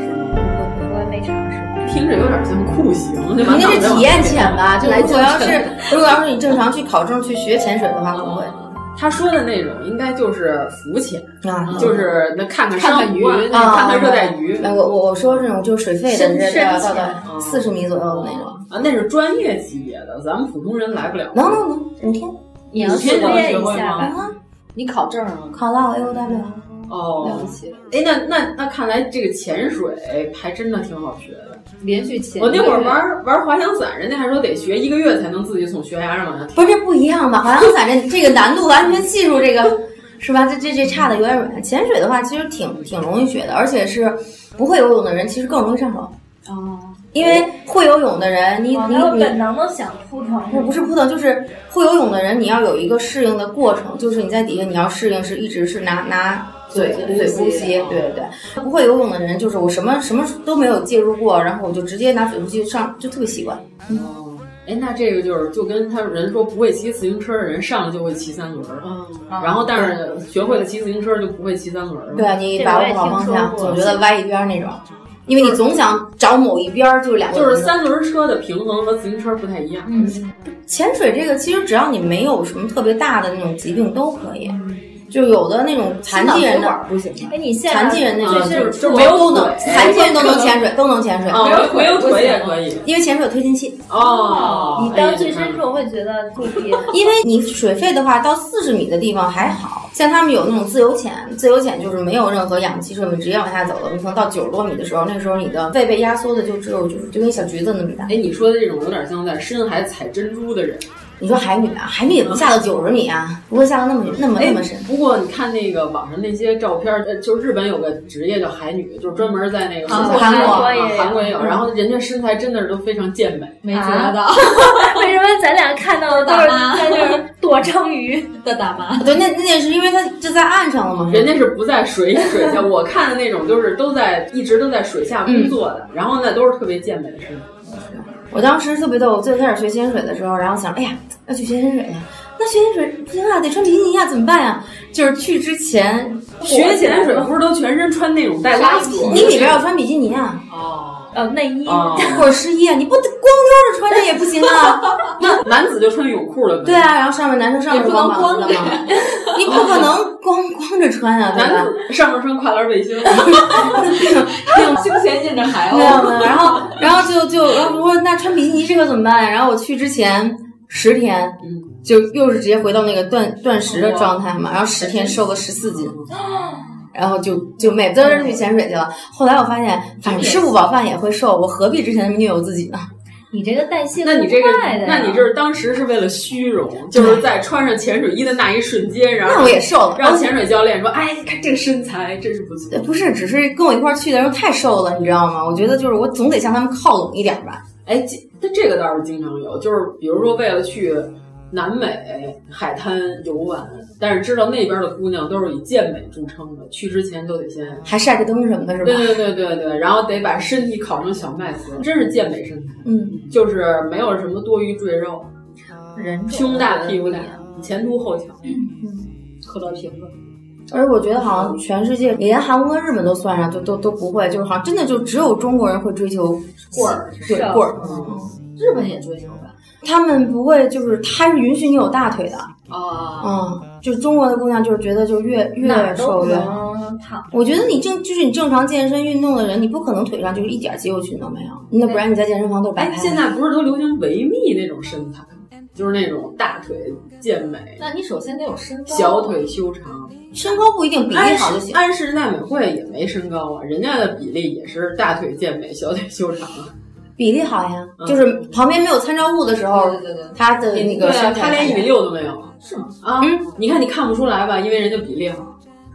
E: 我也没尝试过。
H: 听着有点像酷刑，对吧？
I: 肯定是体验潜吧。就
H: 来
I: 如果要是如果要是你正常去考证去学潜水的话，不会。
H: 他说的那种应该就是浮潜，
I: 啊
H: 就是那看看
I: 看
H: 珊
I: 看
H: 瑚，
I: 鱼
H: 那看
I: 啊
H: 看热带鱼。
I: 哎，我我我说这种就是水肺的，
H: 深
I: 这
H: 深
I: 要到
H: 潜
I: 到四十米左右的那种。
H: 啊，那是专业级别的，咱们普通人来不了。
I: 能能能，五天
H: 你要去
E: 练一
H: 学会
E: 下
H: 吗？
E: 吧。你考证了吗？
I: 考到 A O W，
H: 哦，
E: 了不起。
H: 哎，那那那看来这个潜水还真的挺好学的。
E: 连续潜。
H: 我那会儿玩玩滑翔伞，人家还说得学一个月才能自己从悬崖上往下跳。
I: 不是这不一样吧？滑翔伞这这个难度完全技术
E: [laughs]
I: 这个是吧？这这这差的有点远。潜水的话其实挺挺容易学的，而且是不会游泳的人其实更容易上手。
E: 哦，
I: 因为会游泳的人，你你
E: 然后
I: 你
E: 本能的想扑腾，
I: 不不是扑腾，就是会游泳的人，你要有一个适应的过程，就是你在底下你要适应是一直是拿拿嘴
E: 嘴
I: 嘴
E: 呼
I: 呼
E: 吸啊
I: 吸，对对对。不会游泳的人，就是我什么什么都没有介入过，然后我就直接拿嘴呼吸上，就特别习惯。
H: 哎，那这个就是就跟他人说不会骑自行车的人上来就会骑三轮儿，嗯，然
E: 啊
H: 后但是学会了骑自行车就不会骑三轮儿。
I: 对啊你把握不好方向，总觉得歪一边儿那种，因为
H: 就
I: 你总想找某一边儿，就是两个
H: 就是
I: 人
H: 三轮车的平衡和自行车不太一样。
I: 嗯，潜水这个其实只要你没有什么特别大的那种疾病都可以，就有的那种残疾人
E: 心脑血
I: 的
E: 管
I: 不行，
E: 哎，你现在
I: 残疾人那种
E: 这
I: 就是是没有都能，残疾人都能潜水，都能潜水，
H: 啊，
E: 哦
H: 没有没有腿也可以。
I: 因为潜水有推进器。
H: 哦，
E: 你到最深处会觉得特别。
I: 因为你水肺的话，到四十米的地方还好像他们有那种自由潜，自由潜就是没有任何氧气设备，直接往下走的。你可能到九十多米的时候，那时候你的肺被压缩的就只有就是就跟小橘子那么大。
H: 哎，你说的这种有点像在深海采珍珠的人，
I: 你说海女啊，海女也不下到九十米啊，不会下到那么那么那么深
H: 哎。不过你看那个网上那些照片儿，呃，就日本有个职业叫海女，就是专门在那个
I: 啊
H: 深海
I: 韩国
H: 啊
I: 也有
H: 韩国也有，
I: 嗯
H: 然后人家身材真的是都非常健美。
J: 没觉得，
I: 啊
E: [laughs] 为什么咱俩看到的都
I: [laughs]
E: 是在那儿躲章鱼
J: 的大妈？
I: 对，那那也是因为它就在岸上了嘛。
H: 人家是不在
I: [laughs]
H: 水水下，我看的那种就是都在一直都在水下
I: 嗯
H: 工作的，然后呢都是特别健美的身材。
I: 我当时特别逗，我最开始学潜水的时候，然后想，哎呀，要去学潜水呀，那学潜水不行啊，得穿比基尼呀，怎么办呀？就是去之前
H: 学潜水不是都全身穿那种带拉锁的？
I: 你里边要穿比基尼啊，
E: 呃，内衣
H: 哦
I: 或者湿衣啊，你不得光溜着穿着也不行啊。
H: 那男子就穿泳裤了呗。
I: 对啊，然后上面男生上面是
H: 也不能
I: 光膀子的
H: 光
I: [laughs] 嘛，哦你不可能光光着穿啊，对吧 [laughs]
H: 男？子上面穿跨栏背心， [laughs]
J: 胸前印着海
I: 啊没有没有，
J: 鸥，
I: 然后然后就就然后我说那穿比基尼这个怎么办？然后我去之前十天，
H: 嗯
I: 就又是直接回到那个断断食的状态嘛，然后十天瘦个十四斤。然后就就美滋儿去潜水去了。后来我发现，反正吃不饱饭也会瘦，我何必之前那么虐我自己呢？
E: 你这个代谢
H: 那你这个
E: 够快的，呀
H: 那你这是当时是为了虚荣，就是在穿上潜水衣的那一瞬间，然后
I: 那我也瘦了
H: 让潜水教练说：“哎，你看这个身材真是不错。
I: 呃不是，只是跟我一块儿去的人太瘦了，你知道吗？我觉得就是我总得向他们靠拢一点儿吧。”
H: 哎，这但这个倒是经常有，就是比如说为了去南美海滩游玩，但是知道那边的姑娘都是以健美著称的，去之前都得先。
I: 还晒个灯什么的，是吧？
H: 对对对对对，然后得把身体烤成小麦色，真是健美身材，
I: 嗯，
H: 就是没有什么多余赘肉，
I: 人
H: 胸大屁股大，前凸后翘，
I: 嗯
J: 可乐瓶子。
I: 而且我觉得好像全世界，连韩国跟日本都算上，就都都不会，就是好像真的就只有中国人会追求
J: 棍儿
I: 对
J: 是啊
I: 棍儿。嗯
J: 日本也追求吧？
I: 他们不会，就是他是允许你有大腿的，
H: 哦
J: 啊，
I: 嗯，就是中国的姑娘就是觉得就是越
E: 哪儿
I: 越
E: 都
I: 瘦
E: 不
I: 越。
E: 能躺。
I: 我觉得你正就是你正常健身运动的人，你不可能腿上就是一点肌肉群都没有，那不然你在健身房都是白
H: 哎，
I: 拍。
H: 现在不是都流行维密那种身材，就是那种大腿健美，
J: 那你首先得有身高，
H: 小腿修长。
I: 身高不一定比例好就行。
H: 安室奈美惠也没身高啊，人家的比例也是大腿健美，小腿修长啊。
I: 比例好呀，
H: 嗯
I: 就是旁边没有参照物的时候，
J: 对对对对
I: 他的 [laughs] 那个
H: 对啊，
I: 身材
H: 他连一米六都没有啊
J: 是吗？
H: 啊！
I: 嗯
H: 你看你看不出来吧？因为人家比例好，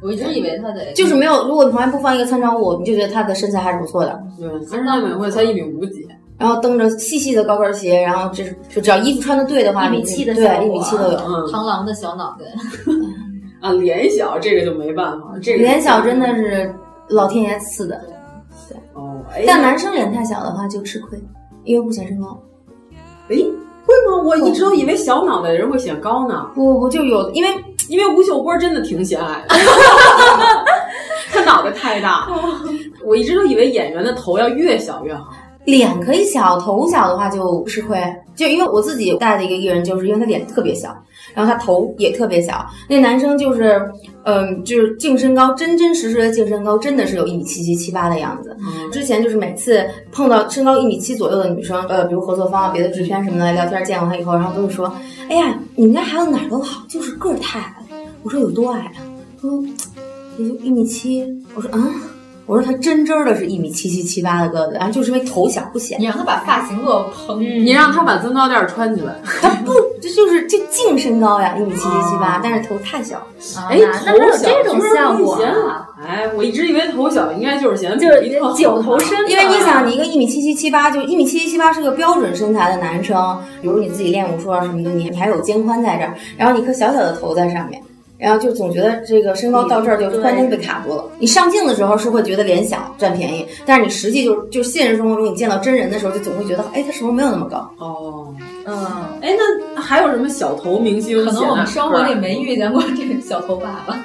J: 我一直以为
H: [laughs]
J: 他得
I: 就是没有，如果旁边不放一个参照物，你就觉得他的身材还是不错的。
H: 对吧，安室奈美惠才一米五几，
I: 然后蹬着细细的高跟鞋，然后就是就只要衣服穿的对的话，
E: 一米
I: 你
E: 七的效
I: 对一
E: 果
I: 米七都有。
H: 嗯
J: 螳螂的小脑袋，
H: [laughs] 啊，脸小这个就没办法，这个
I: 脸小真的是老天爷赐的，
H: 哦，哎呀
I: 但男生脸太小的话就吃亏，因为不显身高。
H: 哎会吗？我一直都以为小脑袋的人会显高呢，
I: 不不不，就有因为
J: [laughs]
H: 因为吴秀波真的挺显矮的。脑袋太大，我一直都以为演员的头要越小越好。
I: 脸可以小，头小的话就吃亏。就因为我自己带的一个艺人，就是因为他脸特别小，然后他头也特别小。那男生就是，嗯、就是净身高，真真实实的净身高，真的是有一米七七七八的样子。之前就是每次碰到身高一米七左右的女生，呃，比如合作方啊、别的制片什么的聊天，见过她以后，然后都会说：“哎呀，你们家孩子哪儿都好，就是个儿太矮。”我说有多矮啊？他说也就一米七。我说啊。我说他真真儿的是一米七七七八的个子，然后就是因为头小不显。
J: 你让他把发型给我蓬，
H: 嗯你让他把增高垫儿穿起来。
I: 这就是就净身高呀，一米七七七
J: 哦
I: 八，但是头太小。
J: 啊
H: 哎，头小就是不显矮，哎我一直以为头小应该就是显就是
I: 九头身因为你
J: 啊
I: 想，你一个一米七七七八，就一米七七七八是个标准身材的男生，比如你自己练武术啊什么的，你你还有肩宽在这儿，然后你一颗小小的头在上面，然后就总觉得这个身高到这儿就突
E: 嗯
I: 然间被卡住了。你上镜的时候是会觉得脸小占便宜，但是你实际就就现实生活中你见到真人的时候，就总会觉得，哎，他是不是没有那么高？
H: 哦，
J: 嗯，
H: 哎，那还有什么小头明星？
J: 可能我们生活里没遇见过这个小头爸 [laughs] 爸，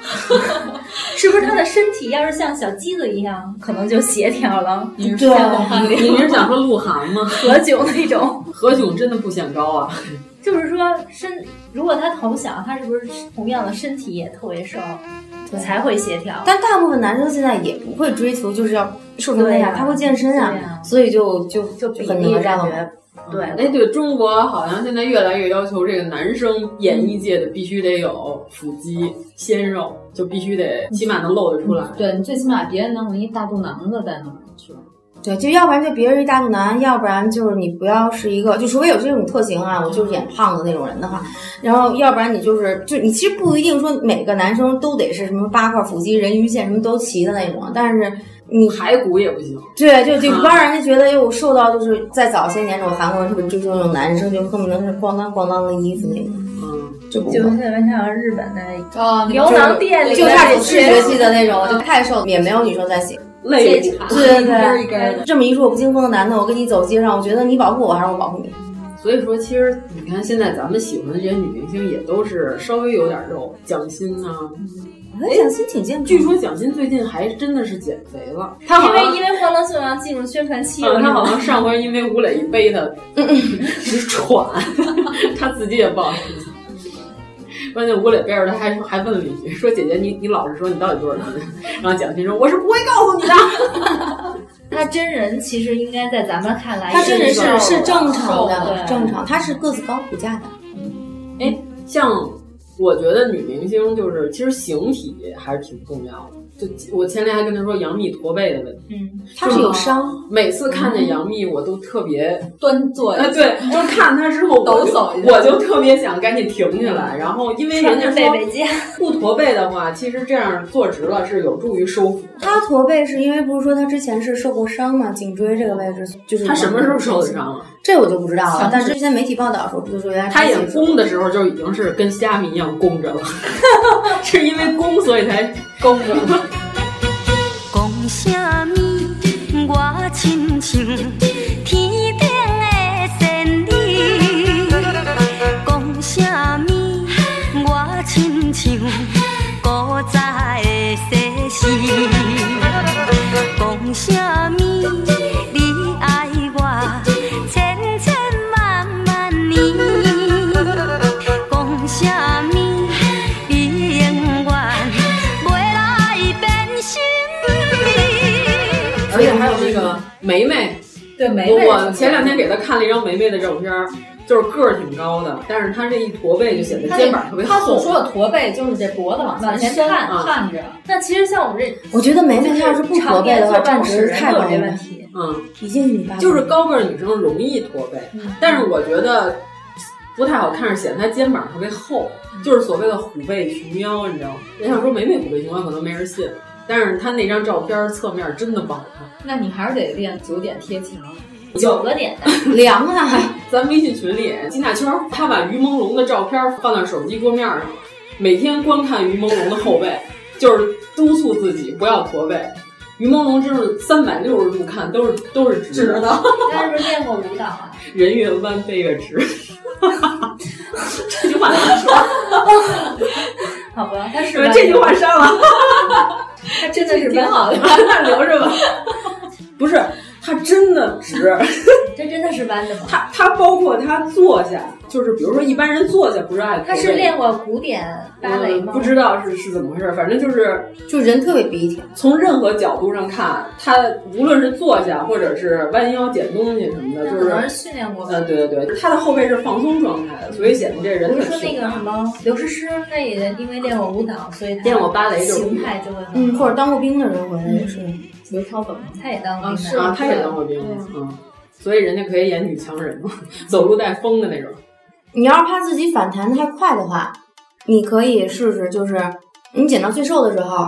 E: 是不是他的身体要是像小鸡子一样，可能就协调
J: [laughs]
E: 了？
H: 你
E: 是像王翰林 [laughs]
H: 你是想说鹿晗吗？
E: 何炅那种，
H: 何炅真的不显高啊。
E: 就是说身，如果他头小，他是不是同样的身体也特别瘦，才会协调？
I: 但大部分男生现在也不会追求就是要瘦成那样，
E: 对啊
I: 他会健身啊，
E: 对啊
I: 所以就就就
E: 比
I: 很
E: 例
I: 哪吒
E: 感
I: 了嘛。
E: 觉对
H: 哎，对中国好像现在越来越要求这个男生演艺界的必须得有腹肌、鲜肉，就必须得起码能露得出来。
J: 对你最起码别弄一大肚腩子在那儿去。
I: 对，就要不然就别人一大肚腩，要不然就是你不要是一个，就除非有这种特型啊，我就是演胖的那种人的话，然后要不然你就是就你其实不一定说每个男生都得是什么八块腹肌、人鱼线什么都齐的那种，但是你
H: 排骨也不行。
I: 对，就就不让人家觉得，哟，我瘦到就是在早些年，这种韩国人特别追求那种男生，就恨不得是咣当咣当的衣服那种，
H: 嗯
I: 就不
E: 就特别像日本的
J: 哦
E: 牛郎店里
I: 就
E: 的
I: 差
E: 那
I: 有视觉系的那种，就太瘦了也没有女生在喜欢。
H: 肋
I: 对
H: 骨
I: 对
H: 一根啊儿一根儿
I: 对，
H: 的
I: 这么一说，我不经风的男的，我跟你走街上，我觉得你保护我还是我保护你？
H: 所以说，其实你看现在咱们喜欢的这些女明星也都是稍微有点肉，蒋欣啊。
I: 哎，蒋欣挺健康。
H: 据说蒋欣最近还真的是减肥了，她
E: 因
H: 好像
E: 为因为《欢乐颂》要进入宣传期了，
H: 嗯，
E: 是
H: 她
E: 吗
H: 好像上回因为吴磊一背她，
J: 嗯
H: 直喘，她自己也不好意思。关键吴磊背着她还说还问了一句，说姐姐你你老实说你到底多少斤？ [laughs] 然后蒋欣说我是不会告诉你的。
E: 他真人其实应该在咱们看来，
I: 他真人是是正常
E: 瘦
I: 的
E: 对，
I: 正常，他是个子高骨架的。
H: 哎，像我觉得女明星就是其实形体还是挺重要的。就我前天还跟她说杨幂驼背的问题，
E: 嗯，
I: 她是有伤，
H: 每次看见杨幂我都特别
J: 嗯端坐
H: 啊，对，就是看他之后我就
J: 抖擞一下
H: 我就特别想赶紧停下来。然后因为人家
E: 穿着
H: 说
E: 背背肩
H: [laughs] 不驼背的话，其实这样坐直了是有助于收腹。
I: 他驼背是因为不是说他之前是受过伤吗？颈椎这个位置就是
H: 他什么时候受的？伤了？
I: 这我就不知道了
H: 想。
I: 但是之前媒体报道说，不是说原来
H: 他
I: 也
H: 演弓的时候就已经是跟虾米一样弓着了， [laughs] 是因为弓所以才弓着了。
K: 讲什么？我亲像天顶的仙女。讲什么？我亲像古早的世事。讲什么？你爱我千千万万年。讲什么？你永远袂来变心。
H: 而且还有那个梅梅，
J: 对梅梅
H: 我我前两天给他看了一张梅梅的照片儿，就是个儿挺高的，但是她这一驼背就显得肩膀特别厚。
J: 他所说的驼背就是这脖子往
E: 往前
J: 前伸，
E: 探
J: 看着。
E: 那其实像我们这，
I: 我觉得梅梅她要是不驼背的话，站直太高
E: 有这
I: 了
E: 问。题。
H: 嗯，
I: 一见你爸爸
H: 就是高个儿女生容易驼背，但是我觉得不太好看，是显得她肩膀特别厚，就是所谓的虎背熊腰，你知道吗？人想说梅梅虎背熊腰可能没人信，但是她那张照片儿侧面真的不好看。
J: 那你还是得练九点贴墙，
H: 九
E: 个点
H: 的
I: 凉啊！
H: 咱微信群里金大圈儿，他把于朦胧的照片儿放到手机桌面上，每天观看于朦胧的后背，就是督促自己不要驼背。于朦胧真是三百六十度看都是都是直的，
E: 他是不是练过舞蹈啊？
H: 人越弯背越直。 [laughs]
E: 好吧，他是 [laughs]
H: 这句话删了。
E: 他现在是
H: 挺好的，留着吧。不是，它真的值。
E: [laughs] 这真的是弯的吗？
H: 它它包括它坐下，就是比如说一般人坐下不是爱驼背，
E: 他是练过古典芭蕾吗？
H: 嗯不知道是是怎么回事，反正就是
I: 就人特别笔挺。
H: 从任何角度上看，他无论是坐下或者是弯腰捡东西什么的，
E: 那
H: 就是
E: 可能是训练过
H: 呃，对对对，他的后背是放松状态的，所以显得这人
E: 不
H: 特
E: 是说那个什么刘诗诗，她也因为练过舞蹈，所以她
H: 练过芭哎蕾就是
E: 形态就会很
I: 嗯，或者当过兵的人回来也
E: 嗯
I: 是
H: 刘超本吗？
E: 她也当过
H: 啊，
E: 兵
H: 是
E: 的
H: 啊，他也当过兵，嗯，所以人家可以演女强人嘛，走路带风的那种。
I: 你要是怕自己反弹太快的话，你可以试试，就是你捡到最瘦的时候，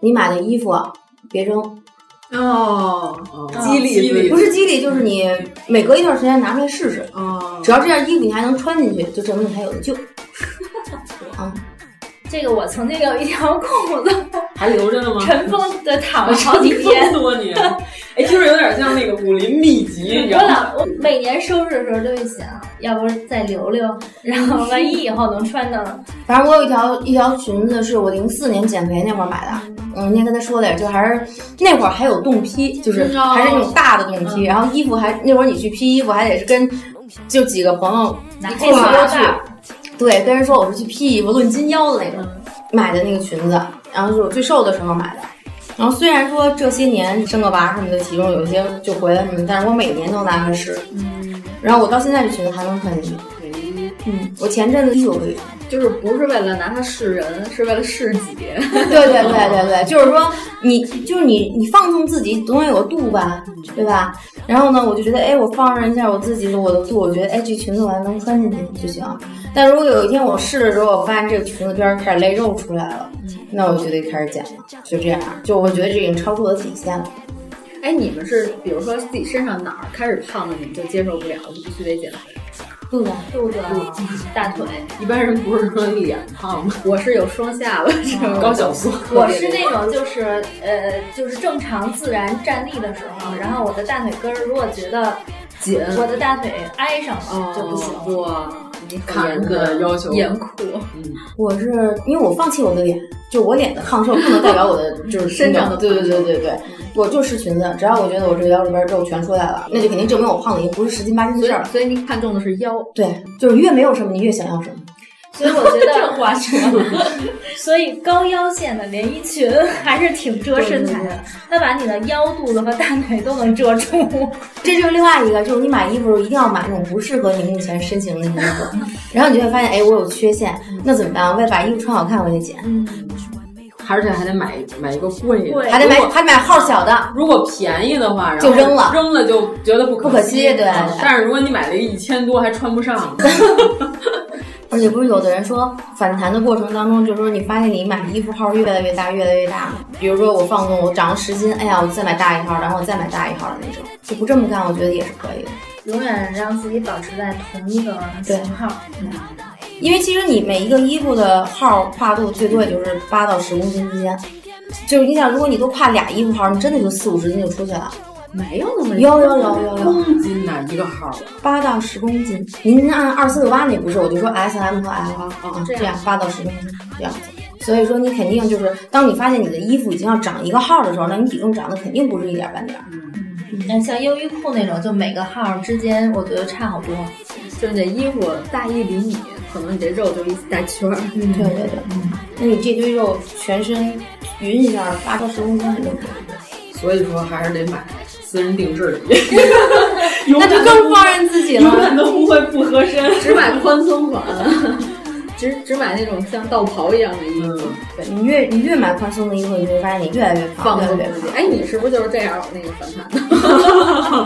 I: 你买的衣服别扔，
H: 哦，
E: 啊
I: 激励自己不是激励，就是你每隔一段时间拿出来试试。
H: 哦
I: 只要这件衣服你还能穿进去，就证明你还有的
E: [laughs]
I: 救。啊，
E: 这个我曾经有一条 [laughs] 裤子
H: 还留着呢吗？
E: 尘
H: [laughs]
E: 封的躺
I: 啊
E: 了好几
H: 这
E: 天
H: 么。多年，哎，听着有点像那个武林秘籍，你知
E: 我
H: 道吗？
E: 老我每年生日的时候都会想，要不再留留，然后万一以后能穿到。
I: 反正我有一条一条裙子，是我零四年减肥那会儿买的。嗯，那天跟他说来着，就还是那会儿还有冻批，就是
H: 嗯哦
I: 还是那种大的冻批，然后衣服还那会儿你去批衣服还得是跟就几个朋友
E: 拿
I: 一块儿
E: 塑料袋
I: 去，对，跟人说我是去批衣服论斤腰的那种，买的那个裙子，然后是我最瘦的时候买的。然后虽然说这些年生个娃什么的，体重有一些就回来什么的，但是我每年都拿它试。然后我到现在这裙子还能穿进去。嗯，我前阵子依旧可以穿。
J: 就是不是为了拿它示人，是为了示己。
I: [laughs] 对对对对对，就是说你就是你你放纵自己总得有个度吧，对吧？然后呢，我就觉得，哎，我放任一下我自己的我的度，我觉得，哎，这裙子我还能穿进去就行。但如果有一天我试的时候，我发现这个裙子边儿开始勒肉出来了，那我就得开始减了，就这样。就我觉得这已经超出我的底线了。
J: 哎，你们是比如说自己身上哪儿开始胖了，你们就接受不了，就必须得减肥？
I: 肚子，
E: 肚子、大腿，
H: 一般人不是说脸胖吗？ [laughs] 哦
J: 我是有双下巴，是吗
H: 高小松，
E: 我是那种就是呃就是正常自然站立的时候，然后我的大腿根儿如果觉得
J: 紧
E: 我的大腿挨上
J: 哦
E: 了就不行。
J: 哇，你
H: 看人的要求
J: 严酷，
I: 我是因为我放弃我的脸，就我脸的胖瘦不能代表我的就是
J: 嗯身上的
I: 对对对对对，
J: 嗯
I: 我就吃裙子，只要我觉得我这个腰这边肉全出来了，那就肯定证明我胖了，也不是十斤八斤的事儿了。
J: 所以你看重的是腰，
I: 对，就是越没有什么，你越想要什么。
E: 所以我觉
J: 这
E: 得
J: 话说的
E: 所以高腰线的连衣裙还是挺遮身材的，它把你的腰、肚子和大腿都能遮住。
I: 这就是另外一个，就是你买衣服的时候一定要买那种不适合你目前身形的衣
J: [laughs]
I: 服，然后你就会发现，哎，我有缺陷，
J: 嗯
I: 那怎么办？为了把衣服穿好看，我得减，
H: 而且还得买买一个贵的，
I: 还得买
H: 如果
I: 还得买号小的。
H: 如果便宜的话，然后
I: 就扔了
H: 扔了就觉得不嗯
I: 不可惜对对
H: 但是如果你买了一千多还穿不上，
I: 而且不是有的人说反弹的过程当中，就是说你发现你买衣服号越来越大，越来越大。比如说我放纵，我长了十斤，哎呀，我再买大一号，然后我再买大一号的那种，就不这么干，我觉得也是可以的。
E: 永远让自己保持在同一个型号。
I: 因为其实你每一个衣服的号跨度最多也就是八到十公斤之间，就是你想，如果你都跨俩衣服号，你真的就四五十斤就出去了。
J: 没有那么
I: 有有有有有
H: 公斤呐一个号儿，
I: 八到十公斤，您按二四六八那不是，我就说 S M 和 L 啊，这样八到十公斤这样子。所以说你肯定就是，当你发现你的衣服已经要长一个号的时候，那你体重长得肯定不是一点半点儿。
E: 嗯，像优衣库那种，就每个号之间，我觉得差好多。
J: 就是你这衣服大一厘米，可能你这肉就一大圈儿。
I: 嗯，对对对，那你这堆肉全身匀一下，八到十公斤肯定可以。
H: 所以说还是得买私人定制的衣服，
I: [laughs] 那就更放任自己了
H: 永远都不会不合身，
J: 只买宽松款，只只买那种像道袍一样的衣服。
I: 对你越你越买宽松的衣服，你就会发现你越来越胖，
J: 放
I: 越
J: 纵
I: 来越
J: 自己
I: 胖。，
J: 哎，你是不是就是这样那个反弹 [laughs] 的？
H: 嗯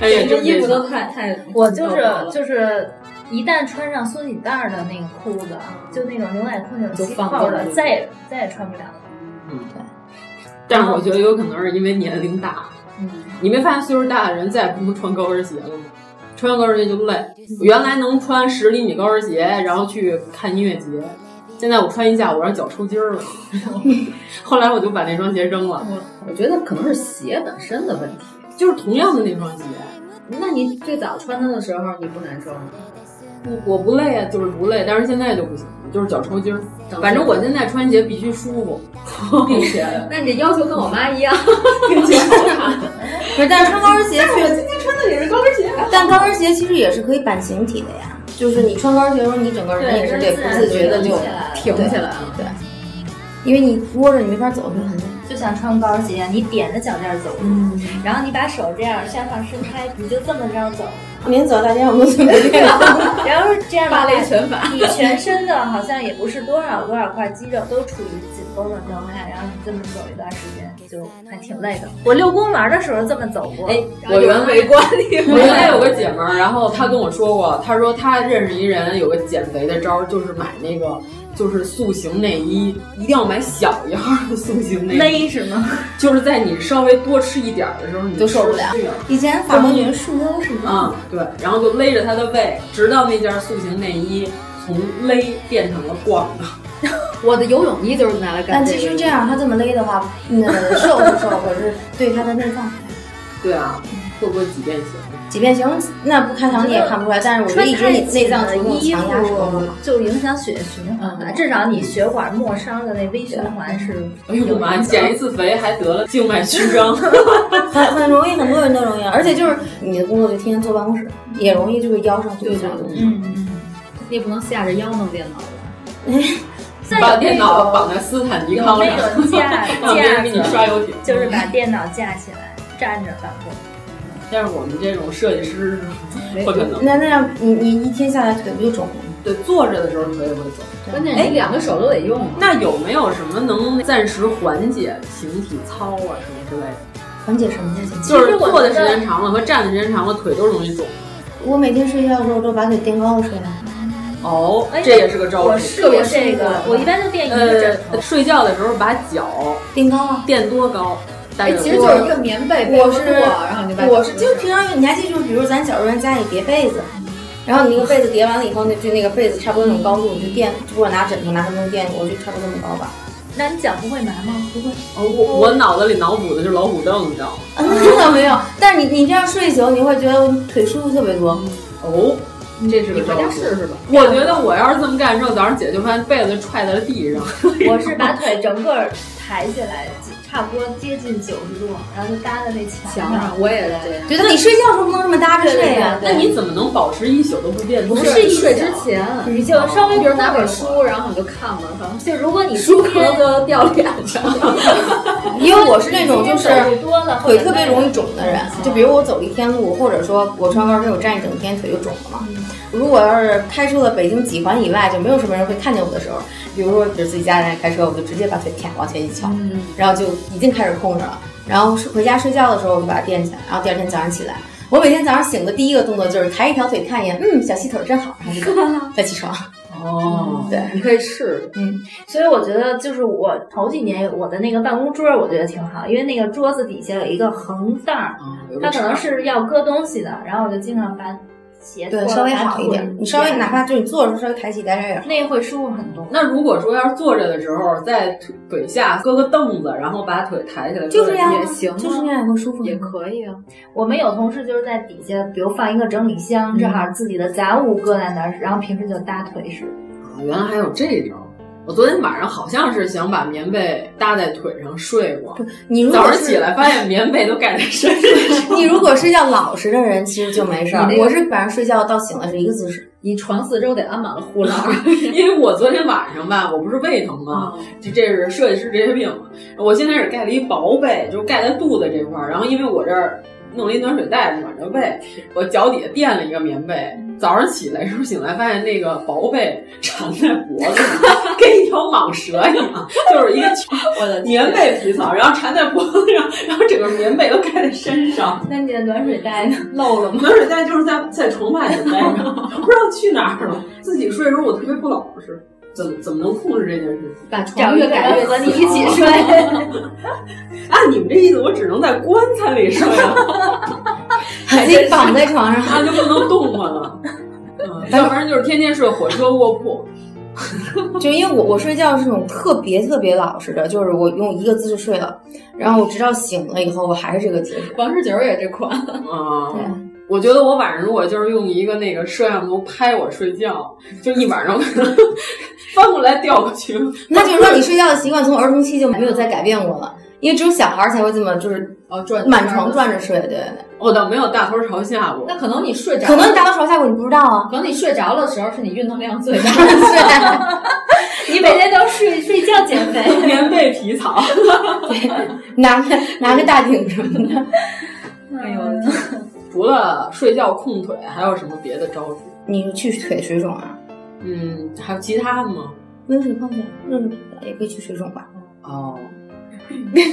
H: 哎呀，
J: 这
H: 真
J: 衣服
H: 这
J: 都
H: 样
J: 太太，
E: 我就是就是，一旦穿上松紧带儿的那个裤子，啊就那种牛仔裤那种系
H: 就放
E: 扣
H: 纵了
E: 的，再也再也穿不了了。
H: 但是我觉得有可能是因为年龄大，你没发现岁数大的人再也不能穿高跟鞋了吗？穿高跟鞋就累。原来能穿十厘米高跟鞋，然后去看音乐节，现在我穿一下，我让脚抽筋儿了。 [laughs] 后来我就把那双鞋扔了，
J: 我觉得可能是鞋本身的问题。
H: 就是同样的那双鞋，
J: 那你最早穿它的时候，你不难受吗？
H: 我我不累啊，就是不累，但是现在就不行了。就是脚抽筋儿。反正我现在穿鞋必须舒服，必须。
L: 那你这要求跟我妈
J: [laughs]
L: 一样，
H: 挺
L: 挺好看。
J: 不是，但是穿高跟鞋
H: 但我今天穿的也是高跟鞋。
J: 但高跟鞋其实也是可以版形体的呀，就是你穿高跟鞋的时候，你整个人也是得不自觉的就
L: 挺起来了。
J: 对，因为你窝着你没法走，就很累。嗯
I: 就像穿高跟鞋，你踮着脚尖走路，然后你把手这样向上伸开，你就这么着走。
J: 您走，大家我们准
I: [laughs]
J: 备
I: 然后是这样的
L: [laughs] 芭
I: 话
L: 蕾拳法，
I: 你全身的好像也不是多少多少块肌肉都处于紧绷的状态，然后你这么走一段时间就还挺累的。我遛公园的时候这么走过，哎，
H: 我原
I: 围观 [laughs] 里
H: [laughs] 我原来有个姐们儿，然后她跟我说过，她说她认识一人有个减肥的招儿，就是买那个就是塑形内衣，一定要买小一号的塑形内衣。
I: 勒是吗？
H: 就是在你稍微多吃一点儿的时候，你
J: 就受不了
H: 吃
J: 以前法国女束腰是吗？
H: 啊、对，然后就勒着她的胃，直到那件塑形内衣从勒变成了逛的。
L: 我的游泳衣就是拿
I: 啊
L: 来干
J: 但
L: 这
J: 其
L: 个。
J: 实这样，她这么勒的话，嗯，瘦不瘦，
I: [laughs]
J: 可是对她的内脏。
H: 对啊，会不会几变形？
J: 几变形，那不开膛你也看不出来。但是我觉得一直你内脏
I: 的
J: 的
I: 衣
J: 强压是嗯不
I: 服
J: 够的
I: 就影响血液循环吧，至少你血管末梢的那微循环是。
H: 哎呦我妈，
I: [laughs]
H: 减一次肥还得了静脉曲张。
J: 很很容易，很多人都容易，而且就是你的工作就天天坐办公室，也容易就是腰上肚子上。
L: 嗯，你也不能下着腰弄电脑吧？
H: 把电脑绑在斯坦尼
I: 有
H: 康
I: 那
H: 上，
I: 种
J: [laughs]
I: 架
H: 让别
I: 架
H: 人给你刷游
I: 子
H: 艇，。
I: 就是把电脑架起来，站着办公。
H: [laughs] 但是我们这种设计师不可能。
J: 那那样你你一天下来腿不就肿了吗？
H: 对，坐着的时候腿也会肿。
L: 关键是你两个手都得用啊。
H: 那有没有什么能暂时缓解形体操啊什么之类的？
J: 缓解什么叫紧？
H: 就是坐的时间长了和站的时间长了，腿都容易肿。
J: 我每天睡觉的时候都把腿垫高了睡了。
H: 哦
I: 哎，
H: 这也是个招
I: 我
H: 数。
I: 试过这个，我一般就垫一个枕头
H: 呃，。睡觉的时候把脚
J: 垫高啊，
H: 垫多高？大
L: 哎，
H: 概
L: 其实就是一个棉被被
J: 我
L: 窝
J: 是
L: 过，然后你就把
J: 我是就是平常你还记住，比如咱小时候人家里叠被子，然后你那个被子叠完了以后，那就那个被子差不多那种高度，你就垫，不管拿枕头拿什么东西垫，我就差不多这么高吧。
I: 那你脚不会麻吗？不会。
H: 哦，我我脑子里脑补的就是老虎凳，你知道吗？
J: 啊，那倒没有，但是你你这样睡一宿，你会觉得腿舒服特别多。
H: 哦，这是
L: 你
H: 个
L: 回家
H: 招数
L: 试试吧。
H: 我觉得我要是这么干之后，早上起来就发现被子踹在了地
J: [laughs]
H: 上。
I: 我是把腿整个抬起来，差不多接近九十度，然后就搭在那墙
L: 墙上，我也
J: [laughs]
L: 这样。
J: 觉得你睡觉的时候不能这么搭着睡啊呀、
H: 那你怎么能保持一宿都不变？
L: 不
H: 是
L: 是睡之前，
I: 你就稍微
L: 比如拿本
I: 过
L: 书，然后你就看吧，反正
I: 一会儿，就如果你
L: 书
I: 今天
L: 壳都掉脸上
I: [laughs]
L: 了。
J: 因为我是那种就是
I: 手术多了
J: 腿特别容易肿的人，
I: 嗯
J: 就比如我走一天路，或者说我穿高跟鞋我站一整天，腿就肿了嘛。如果要是开出了北京几环以外，就没有什么人会看见我的时候，比如说就是自己家人开车，我就直接把腿啪往前一翘，然后就已经开始空着了。然后是回家睡觉的时候，我就把它垫起来，然后第二天早上起来，我每天早上醒的第一个动作就是抬一条腿看一眼，嗯，小细腿真好，然后就走再起床。
H: 哦，
J: 对，
H: 你可以试。
J: 嗯，
I: 所以我觉得，就是我头几年我的那个办公桌，我觉得挺好，因为那个桌子底下有一个横杠儿，它可能是要搁东西的，然后我就经常把鞋脱
J: 对，
I: 了
J: 稍微好
I: 把
J: 一
I: 腿
J: 点，你稍微哪怕就是你坐的时候稍微抬起抬抬，
I: 那会舒服很多。
H: 那如果说要是坐着的时候，在腿腿下搁个凳子，然后把腿抬起来，
J: 就是呀，
H: 也行啊。
J: 就是那样也会舒服，
L: 也可以啊，
I: 我们有同事就是在底下，比如放一个整理箱，正
M: 嗯
I: 好自己的杂物搁在那儿，然后平时就搭腿使。
H: 啊原来还有这招。我昨天晚上好像是想把棉被搭在腿上睡过，
J: 你如果
H: 早上
J: 是
H: 起来发现棉被都盖在身上。
J: [laughs] 你如果睡觉老实的人，其实就没事儿。
L: 你那个
J: 我是晚上睡觉到醒了是一个姿势，
L: 你床四周得安满了护栏。
H: 因为我昨天晚上吧，我不是胃疼吗？
J: 嗯
H: 就这是设计师职业病嘛。我先开始盖了一薄被，就是盖在肚子这块儿，然后因为我这儿弄了一暖水袋暖着胃，我脚底下垫了一个棉被。
J: 嗯
H: 早上起来时候醒来，发现那个薄被缠在脖子上， [laughs] 跟一条蟒蛇一样，就是一个全
L: 我的天
H: [laughs] 棉被皮草，然后缠在脖子上，然后整个棉被都盖在身上。
I: 那你的暖水袋呢？漏了吗？
H: 暖水袋就是在在床外头待着，不知道去哪儿了。自己睡的时候我特别不老实，怎么怎么能控制这件事情？
L: 把
I: 找
L: 床
I: 一
L: 越
I: 个
L: 改越
I: 人和你
L: 小
I: 一
J: [laughs]
I: 起睡。
H: [laughs] 按你们这意思，我只能在棺材里睡了，
J: 把自己绑
H: [laughs]
J: 在床上。
H: 那就不能动弹了。嗯，要不然就是天天睡火车卧铺。
J: [laughs] 就因为我我睡觉是那种特别特别老实的，就是我用一个姿势睡了，然后我直到醒了以后，我还是这个姿势。嗯
L: 王十九也这款，
H: 啊，我觉得我晚上如果就是用一个那个摄像头拍我睡觉，就一晚上 [laughs] 翻过来调过去。
J: 那就是说你睡觉的习惯从儿童期就没有再改变过了，因为只有小孩儿才会这么就是
H: 哦转
J: 满床转着睡，对对对。
H: 我哦倒没有大头朝下过。
M: 那可能你睡着，
J: 可能你大头朝下过，你不知道啊。
M: 可能你睡着了的时候是你运动量最大
I: [laughs]
M: 的时候，你每天都睡睡觉减肥，
H: 棉被皮草，
J: [laughs] 拿个拿个大顶什么的。
M: 哎呦，
H: 除了睡觉控腿，还有什么别的招数？
J: 你去腿水肿啊？
H: 嗯，还有其他的吗？
J: 温水泡脚、热水也可以去水肿吧？
M: [laughs]
H: 哦，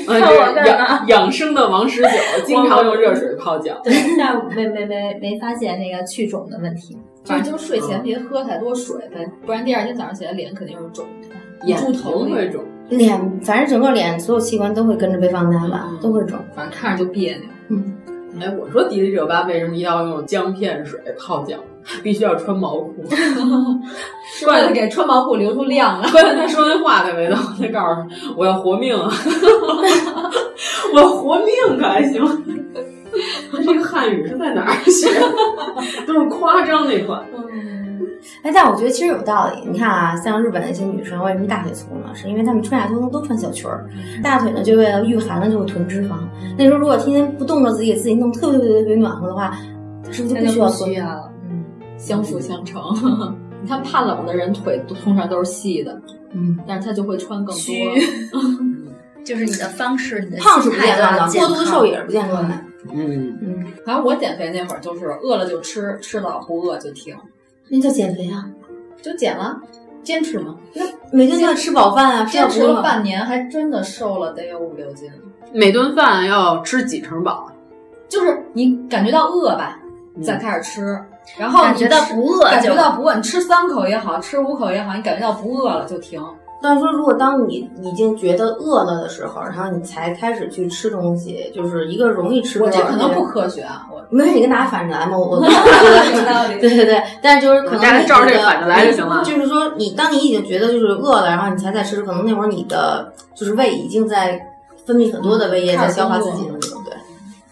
M: 看我
H: 呃，
M: 干嘛
H: 养？养生的王十九经常用热水泡脚。
I: 对，但我没没没没发现那个去肿的问题。
M: 就是就睡前
H: 嗯
M: 别喝太多水呗，不然第二天早上起来脸肯定是肿的，
H: 眼
M: 猪头
H: 睛
M: 那
H: 会
M: 种，
H: 肿，
J: 脸，反正整个脸所有器官都会跟着被放大
I: 嗯
J: 吧，都会肿。
M: 反正看着就别扭。
H: 哎，我说迪丽热巴为什么一定要用姜片水泡脚？必须要穿毛裤，
M: [laughs] 是为了给穿毛裤留出量来。
H: 关键他说那话的味道，他告诉我我要活命啊， [laughs] 我活命可还行？他这个汉语是在哪儿学的？都是夸张那款。
M: 嗯
J: 哎，但我觉得其实有道理。你看啊，像日本那些女生为什么大腿粗呢？是因为她们春夏秋冬都穿小裙儿，
I: 嗯
J: 大腿呢就为了御寒呢就会囤脂肪。那时候如果天天不动着自己，给自己弄特别特别特别暖和的话，她是不是就
M: 那就
J: 不需要
M: 不
J: 缩
M: 需要了，嗯，相辅相成。 [laughs] 你看怕冷的人腿都通常都是细的，
J: 嗯，
M: 但是他就会穿更
I: 虚
M: 多。
I: 就是你的方式，你的
J: 胖是不
I: 心
J: 健
I: 态都
J: 康
I: 要
J: 的，
I: 健
J: 过度
I: 康
J: 的瘦也是不健康的。
H: 嗯，
J: 嗯，
M: 反正我减肥那会儿就是饿了就吃，吃到不饿就停，
J: 那叫减肥啊！
M: 就减了，坚持嘛，
J: 每顿饭吃饱饭啊，吃
M: 坚
J: 饱
M: 持
J: 不饿
M: 了半年，还真的瘦了得有五六斤。啊
H: 每顿饭要吃几成饱？
M: 就是你感觉到饿吧，
J: 嗯
M: 再开始吃，然后你
I: 感觉到
M: 吃
I: 不饿
M: 感
I: 就
M: 觉到不饿，你吃三口也好，吃五口也好，你感觉到不饿了就停。
J: 但是说，如果当你已经觉得饿了的时候，然后你才开始去吃东西，就是一个容易吃多
M: 我
J: 少
M: 这
J: 的
M: 可
J: 人。
M: 能不科学啊，我
J: 没事，你跟大家反着来嘛，
M: [laughs]
J: 我
M: 有道理
J: [laughs] 对对对，但就是可能
H: 大家
J: 你
H: 照着
J: 觉
H: 这
J: 得
H: 反着来就行了
J: 就是说，你当你已经觉得就是饿了，然后你才在吃，可能那会儿你的就是胃已经在分泌很多的胃液在消化自己了，对不对？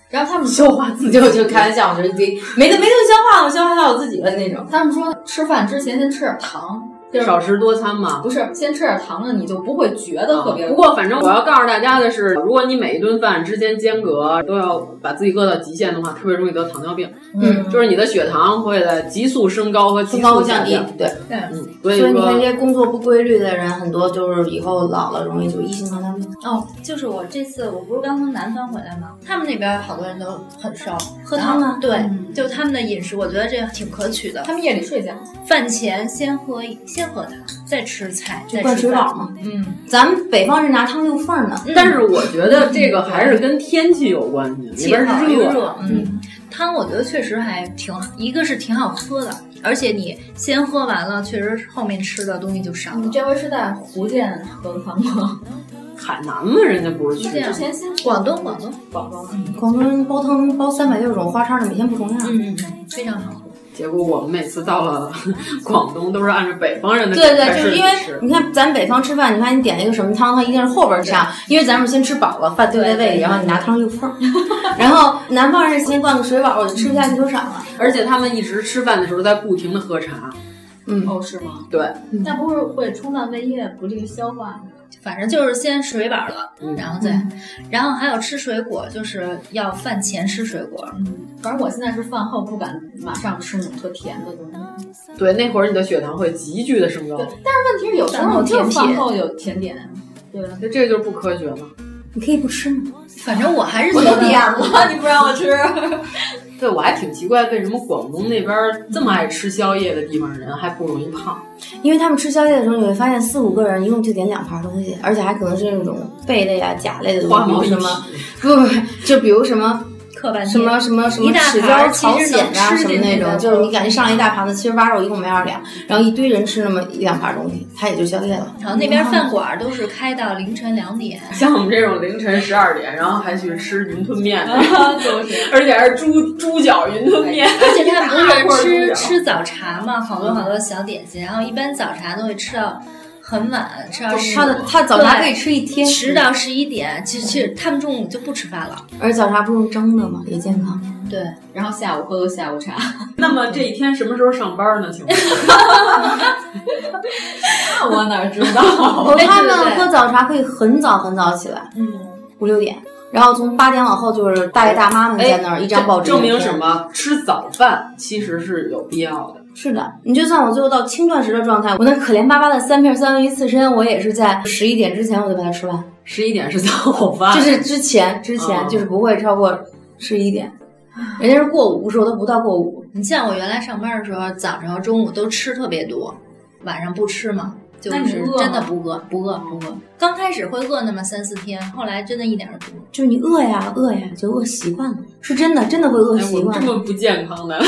M: 然后他们
J: [laughs] 消化自己，我就开玩笑，我就一堆没得没得消化，我消化到我自己了那种。
M: 他们说吃饭之前先吃点糖，就是
H: 少吃多餐嘛。啊
M: 不是先吃点糖了，你就不会觉
J: 啊
M: 得特别饿。
H: 不过，反正我要告诉大家的是，如果你每一顿饭之间间隔都要把自己饿到极限的话，特别容易得糖尿病。
J: 嗯
H: 就是你的血糖会在急速升高和急
J: 身高
H: 速
J: 会降
H: 下
J: 低
H: 降。，
J: 对。
M: 对，
H: 嗯，所
J: 所
H: 以
J: 以你看，这
H: 说
J: 些工作不规律的人，很多就是以后老了容易就一型糖尿病。
I: 哦，就是我这次我不是刚从南方回来吗？他们那边好多人都很瘦，
J: 喝汤吗嗯
I: 然后对，就他们的饮食，我觉得这挺可取的。
M: 他们夜里睡觉，
I: 饭前先喝先喝汤，再吃菜，
J: 就
I: 再
J: 灌
I: 吃
J: 水
I: 饭
J: 饱嘛。
I: 嗯，
J: 咱们北方是拿汤溜缝儿
M: 嗯
J: 呢，
H: 但是我觉得这个还是跟天气有关系，里
I: 气
H: 边
I: 候
H: 是
I: 又
H: 热，
I: 热，嗯，汤我觉得确实还挺，一个是挺好喝的，而且你先喝完了，确实后面吃的东西就少了
M: 你。这回是在福建喝的汤吗？
H: 海南嘛，人家不是
I: 福
H: 去
I: 建
M: 之前先
I: 广东，广东，
M: 广东
J: 嗯广东人煲汤煲三百六十种花叉的，每天不重样。
I: 嗯，非常好喝。
H: 结果我们每次到了 [laughs] 广东都是按照北方人的
J: 对
H: 口
J: 对，
H: 味
J: 就是因为
H: 顺序吃
J: 你看咱北方吃饭，你看你点一个什么汤，它一定是后边上，因为咱们先吃饱了，饭丢在胃里，然后你拿汤溜缝儿。然后南方人先灌个水饱，我就吃不下去多少了。
H: 而且他们一直吃饭的时候在不停的喝茶，
J: 嗯，
M: 哦，是吗？
H: 对，
M: 那不是会冲淡胃液，不利于消化吗？嗯
I: 反正就是先水饱了，然后再，然后还有吃水果，就是要饭前吃水果。
M: 嗯反正我现在是饭后不敢马上吃那种特甜的东
I: 嗯
M: 西。
H: 对，那会儿你的血糖会急剧的升高，
M: 但是问题是有时候就是饭后有甜点，对吧？
H: 那这个就是不科学嘛。
J: 你可以不吃吗？
I: 反正我还是觉
M: 我
I: 得
M: 都点了，你不让我吃，
H: 对，我还挺奇怪，为什么广东那边儿这么爱吃宵夜的地方人还不容易胖？
J: 因为他们吃宵夜的时候，你会发现四五个人一共就点两盘东西，而且还可能是那种贝类啊、甲类的
H: 花
J: 东
H: 毛
J: 西，
H: 一
J: 比如什
H: 体
J: 么，不不，不就比如什么。
I: 刻半天
J: 什么什么什么
I: 一大
J: 豉椒
I: 盘
J: 朝
I: 其实
J: 鲜
I: 能
J: 啊
I: 吃
J: 什么
I: 进
J: 那
I: 去
J: 种，
I: 的
J: 就是你感觉上了一大盘子，其实挖肉一共没二两，然后一堆人吃那么一两盘东西，它也就宵夜
I: [laughs]
J: 了。
I: 然后那边饭馆都是开到凌晨两点，
H: [laughs] 像我们这种凌晨十二点，然后还去吃云吞面的，
J: 啊
M: 就是
H: [laughs] 而且还是猪猪脚云吞面，
I: 而且他不是
H: 大块儿猪脚
I: 吃吃早茶嘛，好多好多小点心，然后一般早茶都会吃到很晚，吃到十
J: 他的他早茶可以吃一天，
I: 十到十一点，其实其实他们中午就不吃饭了。
J: 而早茶不用蒸的嘛，也健康。
I: 对，
N: 然后下午喝个下午茶。
H: 那么这一天什么时候上班呢？ [laughs] 请问？
N: 那我哪知道？
J: [laughs]
I: 哦
J: 他们喝早茶可以很早很早起来，
N: 嗯，
J: 五六点，然后从八点往后就是大爷大妈们在那
I: 哎
J: 儿一张报纸，
H: 哎证明什么？吃早饭其实是有必要的。
J: 是的，你就算我最后到轻断食的状态，我那可怜巴巴的三片三文鱼刺身，我也是在十一点之前我就把它吃完。
H: 十一点是早饭，
I: 啊
H: 哎
J: 就是之前之前就是不会超过十一点，
I: 啊
J: 人家是过午，不是我都不到过午。
I: 你像我原来上班的时候，早上和中午都吃特别多，晚上不吃嘛，就
N: 那你
I: 是
N: 饿
I: 真的
N: 吗
I: 不饿，不饿，不饿。刚开始会饿那么三四天，后来真的一点儿都不饿。
J: 就是你饿呀饿呀，就饿习惯了，是真的真的会饿习
H: 我
J: 惯
H: 这。么不健康
J: [laughs]
H: 的，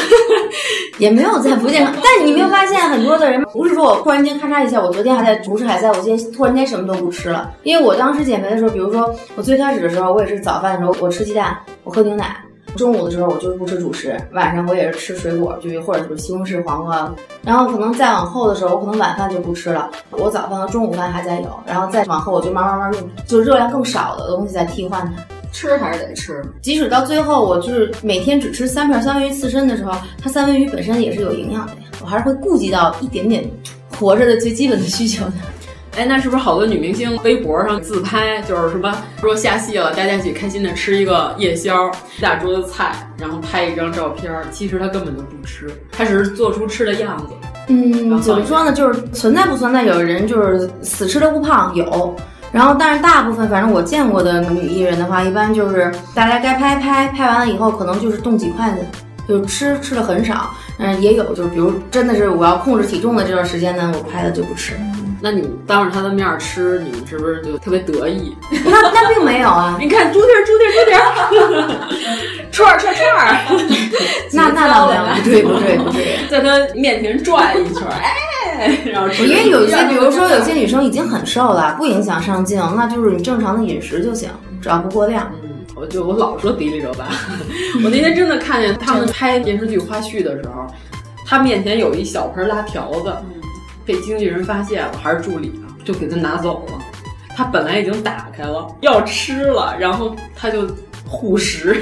J: 也没有在不健康，但你没有发现很多的人不是说我突然间咔嚓一下，我昨天还在不吃海菜，我今天突然间什么都不吃了。因为我当时减肥的时候，比如说我最开始的时候，我也是早饭的时候我吃鸡蛋，我喝牛奶；中午的时候我就是不吃主食，晚上我也是吃水果，就是或者是西红柿、黄瓜。然后可能再往后的时候，我可能晚饭就不吃了，我早饭和中午饭还在有，然后再往后我就慢慢慢慢用就热量更少的东西在替换它。
N: 吃还是得吃，
J: 即使到最后我就是每天只吃三片三文鱼刺身的时候，它三文鱼本身也是有营养的呀，我还是会顾及到一点点活着的最基本的需求的。
H: 哎，那是不是好多女明星微博上自拍，就是什么说下戏了，大家一起开心的吃一个夜宵，一大桌子菜，然后拍一张照片儿，其实她根本就不吃，她只是做出吃的样子。
J: 嗯，怎么说呢？就是存在不存在，有人就是死吃都不胖，有。然后，但是大部分，反正我见过的女艺人的话，一般就是大家该拍拍，拍完了以后，可能就是动几筷子，就是吃吃的很少。嗯，也有就是，比如真的是我要控制体重的这段时间呢，我拍了就不吃。
H: 那你们当着她的面儿吃，你们是不是就特别得意？
J: 那那并没有 [laughs] 啊，
H: [laughs] 你看猪蹄儿，猪蹄儿，猪蹄儿， [laughs] 串儿串儿串儿，
J: 那那倒没有，不对不对不对。
H: 在她面前转一圈儿，哎，然
J: [laughs]
H: 后吃。
J: 因为有一些，比如说有些女生已经很瘦了，不影响上镜，那就是你正常的饮食就行，只要不过量。
H: 嗯我就我老说迪丽热巴，
J: 嗯
H: [laughs] 我那天真的看见他们拍电视剧花絮的时候，他面前有一小盆辣条子，
J: 嗯
H: 被经纪人发现了，还是助理啊，就给他拿走了。他本来已经打开了要吃了，然后他就护
J: [laughs]
H: 食，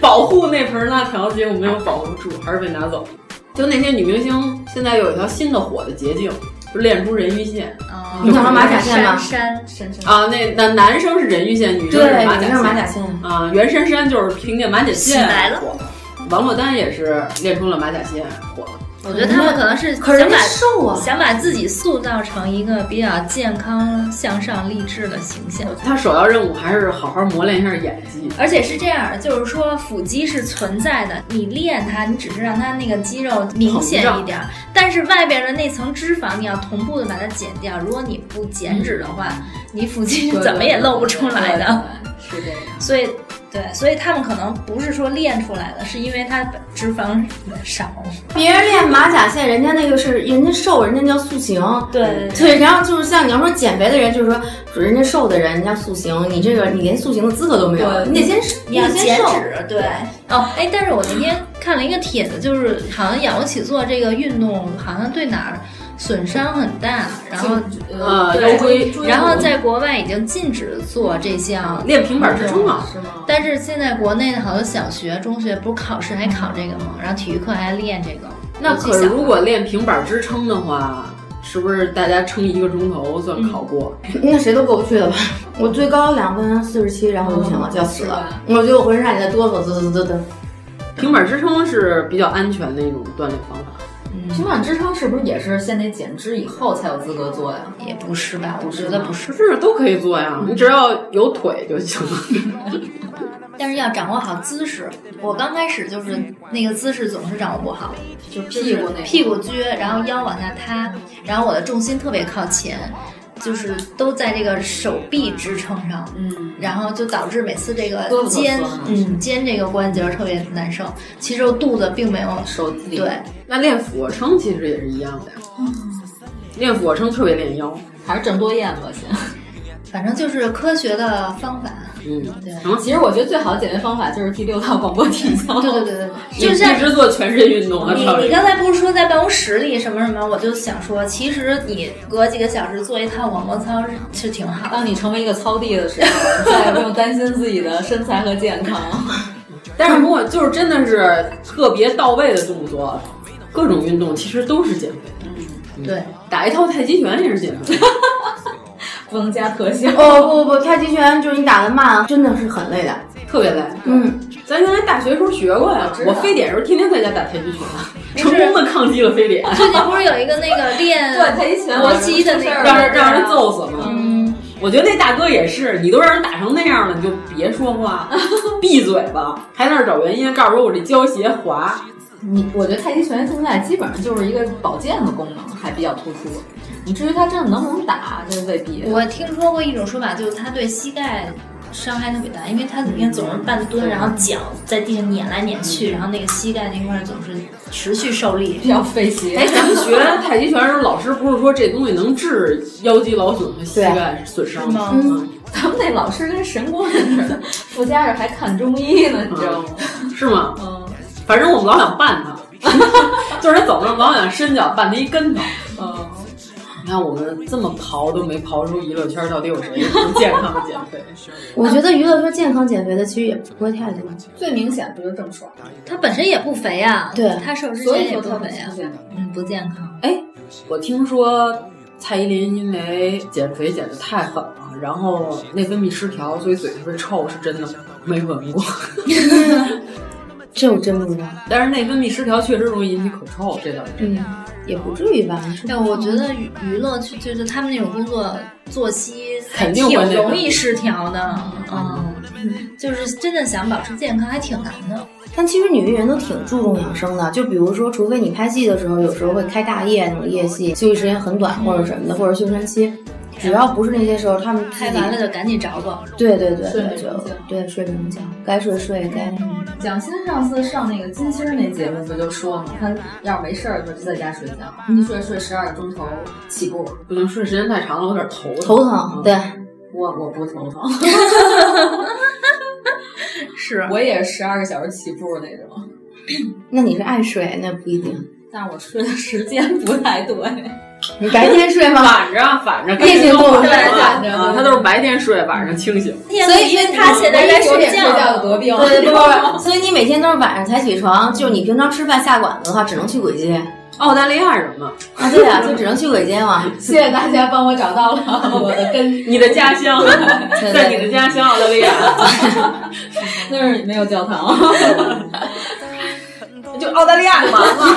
H: 保护那盆辣条，结果没有保护住，还是被拿走了。就那些女明星现在有一条新的火的捷径，就练出人鱼线。
I: 哎啊
J: 你想说马甲线吗？
I: 山山山
H: 啊，那那男生是人鱼线，女生是
J: 对
H: 马甲
J: 女生
H: 线。
J: 是马甲线
H: 啊，袁姗姗就是凭借马甲
I: 起
H: 线
I: 来了
H: 火的，王珞丹也是练出了马甲线火了。
I: 我觉得他们可能是
J: 可是
I: 想
J: 人
I: 把
J: 家瘦啊
I: 想把自己塑造成一个比较健康、向上、励志的形象。
H: 他首要任务还是好好磨练一下演技，
I: 而且是这样，就是说腹肌是存在的，你练它，你只是让它那个肌肉明显一点儿，但是外边的那层脂肪你要同步的把它减掉。如果你不减脂的话，你腹肌是怎么也露不出来的。
N: 是这样。
I: 所以，对，所以他们可能不是说练出来的，是因为它脂肪少。
J: 别人练马甲线，人家那个是人家瘦，人家叫塑形。
I: 对
J: [laughs] 对，然后就是像你要说减肥的人，就是说人家瘦的人，人家塑形，你这个你连塑形的资格都没有，
I: 对
J: 你得先
I: 你要
J: 得
I: 减
J: 先瘦。
I: 脂，对。哦，哎，但是我那天看了一个帖子，就是好像仰卧起坐这个运动好像对哪儿损伤很大，然后
H: 就
I: 呃
J: 嗯
H: 呃
I: 对
H: 腰椎椎
I: 然后
H: 骨
I: 在国外已经禁止做这
N: 嗯
I: 项
H: 嗯练平板支啊撑
I: 嘛。
H: 嘛。是吗？
I: 但是现在国内的好多小学、中学不是考试还考这个吗？然后体育课还练这个。
H: 那
I: 尤其
H: 可是
I: 小
H: 如果练平板支撑的话，是不是大家撑一个钟头算
I: 嗯
H: 考过？
J: 那谁都过不去的吧？ [laughs] 我最高两分四十七，然后就不
I: 嗯
J: 行了，就要死了。我觉得我浑身上下在哆嗦，滋滋滋滋。
H: 平板支撑是比较安全的一种锻炼方法。
N: 平板支撑是不是也是先得减脂以后才有资格做呀？
I: 也不是吧，我觉得不是。
H: 是都可以做呀，
I: 嗯
H: 你只要有腿就行了。
I: 但是要掌握好姿势。我刚开始就是那个姿势总是掌握不好，就
N: 屁股那个
I: 屁股撅，然后腰往下塌，然后我的重心特别靠前，就是都在这个手臂支撑上，
N: 嗯，
I: 然后就导致每次这
N: 胳膊
I: 个
N: 都
I: 肩
N: 酸了，
I: 嗯，肩这个关节特别难受。其实我肚子并没有
N: 手力
I: 对，嗯
H: 那练俯卧撑其实也是一样的呀，练俯卧撑特别练腰。
N: 还是郑多燕恶心。
I: 反正就是科学的方法。
H: 嗯，
I: 对
H: 行，
N: 其实我觉得最好的减肥方法就是第六套广播体操。
I: 对对对对对，
H: 你
I: 就像
H: 一直做全身运动啊，
I: 你
H: 跳
I: 你
H: 绳
I: 刚才不是说在办公室里什么什么，我就想说，其实你隔几个小时做一套广播操是是挺好的。
N: 当你成为一个操弟的时候，你再也不用担心自己的身材和健康。
H: 但是如果就是真的是特别到位的动作，各种运动其实都是减肥。嗯
I: 对， [laughs]
H: 打一套太极拳也是减肥。
O: 不能加特效
J: 哦不不不，太极拳就是你打的慢，啊真的是很累的，
H: 特别累。
J: 嗯，
H: 咱原来大学时候学过呀，我非典时候天天在家打太极拳，
I: 事
H: 成功的抗击了非典。
I: 最近不是有一个那个练
O: [laughs] 对太极拳
I: 搏击的那个，
H: 让人让人揍死吗？
I: 嗯，
H: 我觉得那大哥也是，你都让人打成那样了，你就别说
O: [laughs]
H: 话，闭嘴吧，还在那儿找原因，告诉我我这胶鞋滑。
O: 你我觉得太极拳现在啊基本上就是一个保健的功能还比较突出，你至于它真的能不能打，这未必。
I: 我听说过一种说法，就是他对膝盖伤害特别大，因为他里面总是半蹲，然后脚在地上碾来碾去，然后那个膝盖那块儿总是持续受力，
O: 比较费鞋
H: 哎，
I: [laughs] 嗯
H: 咱们学太极拳的时候，老师不是说这东西能治腰肌劳损和膝盖损伤吗？
O: 嗯咱们那老师跟神棍似的，附加着还看中医呢，你知道吗？
H: [laughs] 是吗？
O: 嗯，
H: 反正我们老想绊
O: [laughs]
H: 他，就是他走路老想伸脚绊他一跟头。
O: 嗯，
H: 你看我们这么刨都没刨出娱乐圈到底有谁不健康的减肥？
J: 我觉得娱乐圈健康减肥的其实也不会太多，
O: 最明显不就是郑爽？
I: 他本身也不肥啊，
J: 对
I: 他瘦之
O: 所
I: 前
O: 以
I: 也
O: 说
I: 不
O: 他
I: 肥啊
O: 不健康，
I: 嗯，不健康。
H: 哎，我听说蔡依林因为减肥减的太狠了，然后内分泌失调，所以嘴特别臭，是真的吗？没闻
J: [laughs]
H: 过。
J: 这我真不知道。
H: 但是内分泌失调确实容易引起口臭，这倒是真的。
J: 嗯，也不至于吧？
I: 哎，我觉得娱娱乐圈就是他们那种工作作息还
H: 肯定会
I: 挺
H: 那个
I: 容易失调的，嗯，就是真的想保持健康还挺难的。
J: 但其实女艺人都挺注重养生的，就比如说，除非你拍戏的时候，有时候会开大夜那种夜戏，休息时间很短或者什么的，或者休山期，只要不是那些时候，他们自己
I: 拍完了就赶紧找找。
J: 对对对
O: 睡
J: 对
O: 眠觉
J: 就对睡眠觉，该睡睡，该
N: 嗯
O: 蒋欣上次上那个金星儿那节目不就说嘛，她要是没事儿就在家睡觉，一睡睡十二个钟头起步。
H: 不行，睡时间太长了，有点头疼。嗯
J: 头疼。对，
H: 我我不头
J: [laughs]
H: 疼， [laughs]
J: 啊
I: 是
O: 我也十二个小时起步那种，
J: 那你是爱睡，那不一定。
O: 但是我睡的时间不太对。
J: 你白天睡吗？
H: 反着反着，
J: 夜行
H: 跟
J: 动
H: 我
J: 对
H: 反
O: 对
H: 啊，
O: 对
H: 他都是白天睡，晚上清醒。
I: 所以因为他现在该
O: 九
I: 睡
O: 点睡觉
I: 觉
O: 就得病，
J: 对对不不不，所以你每天都是晚上才起床，就是你平常吃饭下馆子的话，只能去簋街
H: 澳大利亚人嘛，
J: 啊，对呀、就只能去簋街嘛。
O: [laughs] 谢谢大家帮我找到了我的根，
H: 你的家乡，
J: [laughs] 对
H: 在你的家乡澳大利亚，
O: 那儿没有教堂。
H: 就澳大利亚就完了，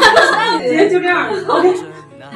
H: [laughs] 直接就这样，OK，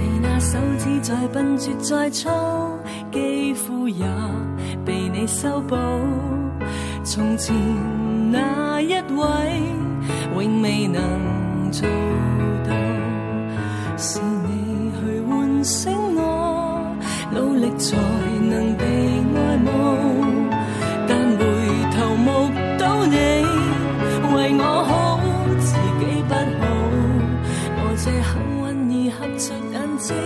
K: 你那手指再笨拙再粗，肌膚也被你修補。從前那一位永未能做到。是你去喚醒我，努力才能被愛慕。但回頭目睹你為我好，自己不好。我這幸運兒合着眼睛，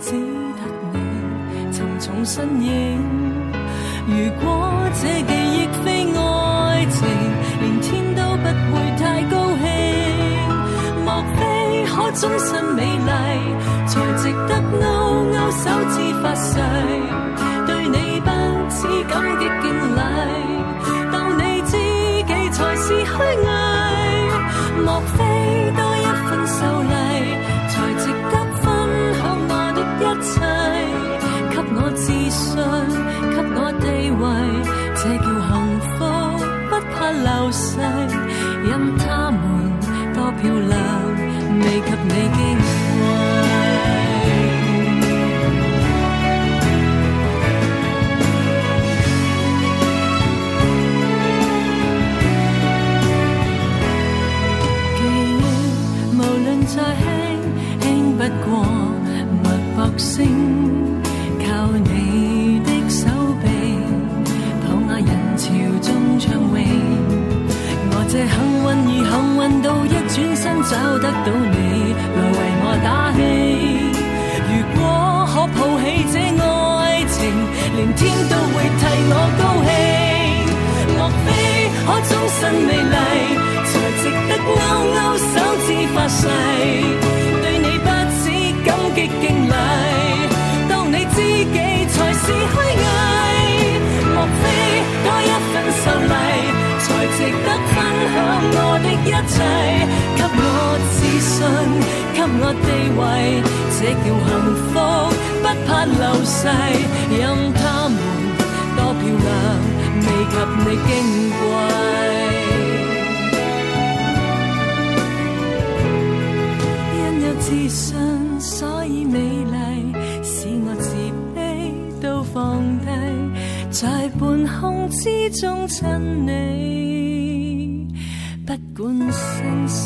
K: 只得你沉重身影。如果這記憶非愛情，連天都不會太高興。莫非可終身美麗，才值得勾勾手指發誓，對你不止感激敬禮，當你知己才是虛偽。莫非多一份秀麗，才值得分享我的一切，給我自信，給我地位，這叫幸福，不怕流逝，任他們。多漂亮，未及你矜貴。記憶無論再輕，輕不過脈搏聲，靠你的手臂，抱那人潮中暢泳。我這幸運兒幸運到一種轉身找得到你來為我打氣。如果可抱起這愛情，連天都會替我高興。莫非可終身美麗，才值得勾勾手指發誓，對你不止感激敬禮，當你知己才是虛偽。莫非多一份受禮？才值得分享我的一切，給我自信，給我地位，這叫幸福，不怕流逝，任他們多漂亮，未及你矜貴。因有自信，所以美麗，使我自卑都放低。在半空之中親你，不管盛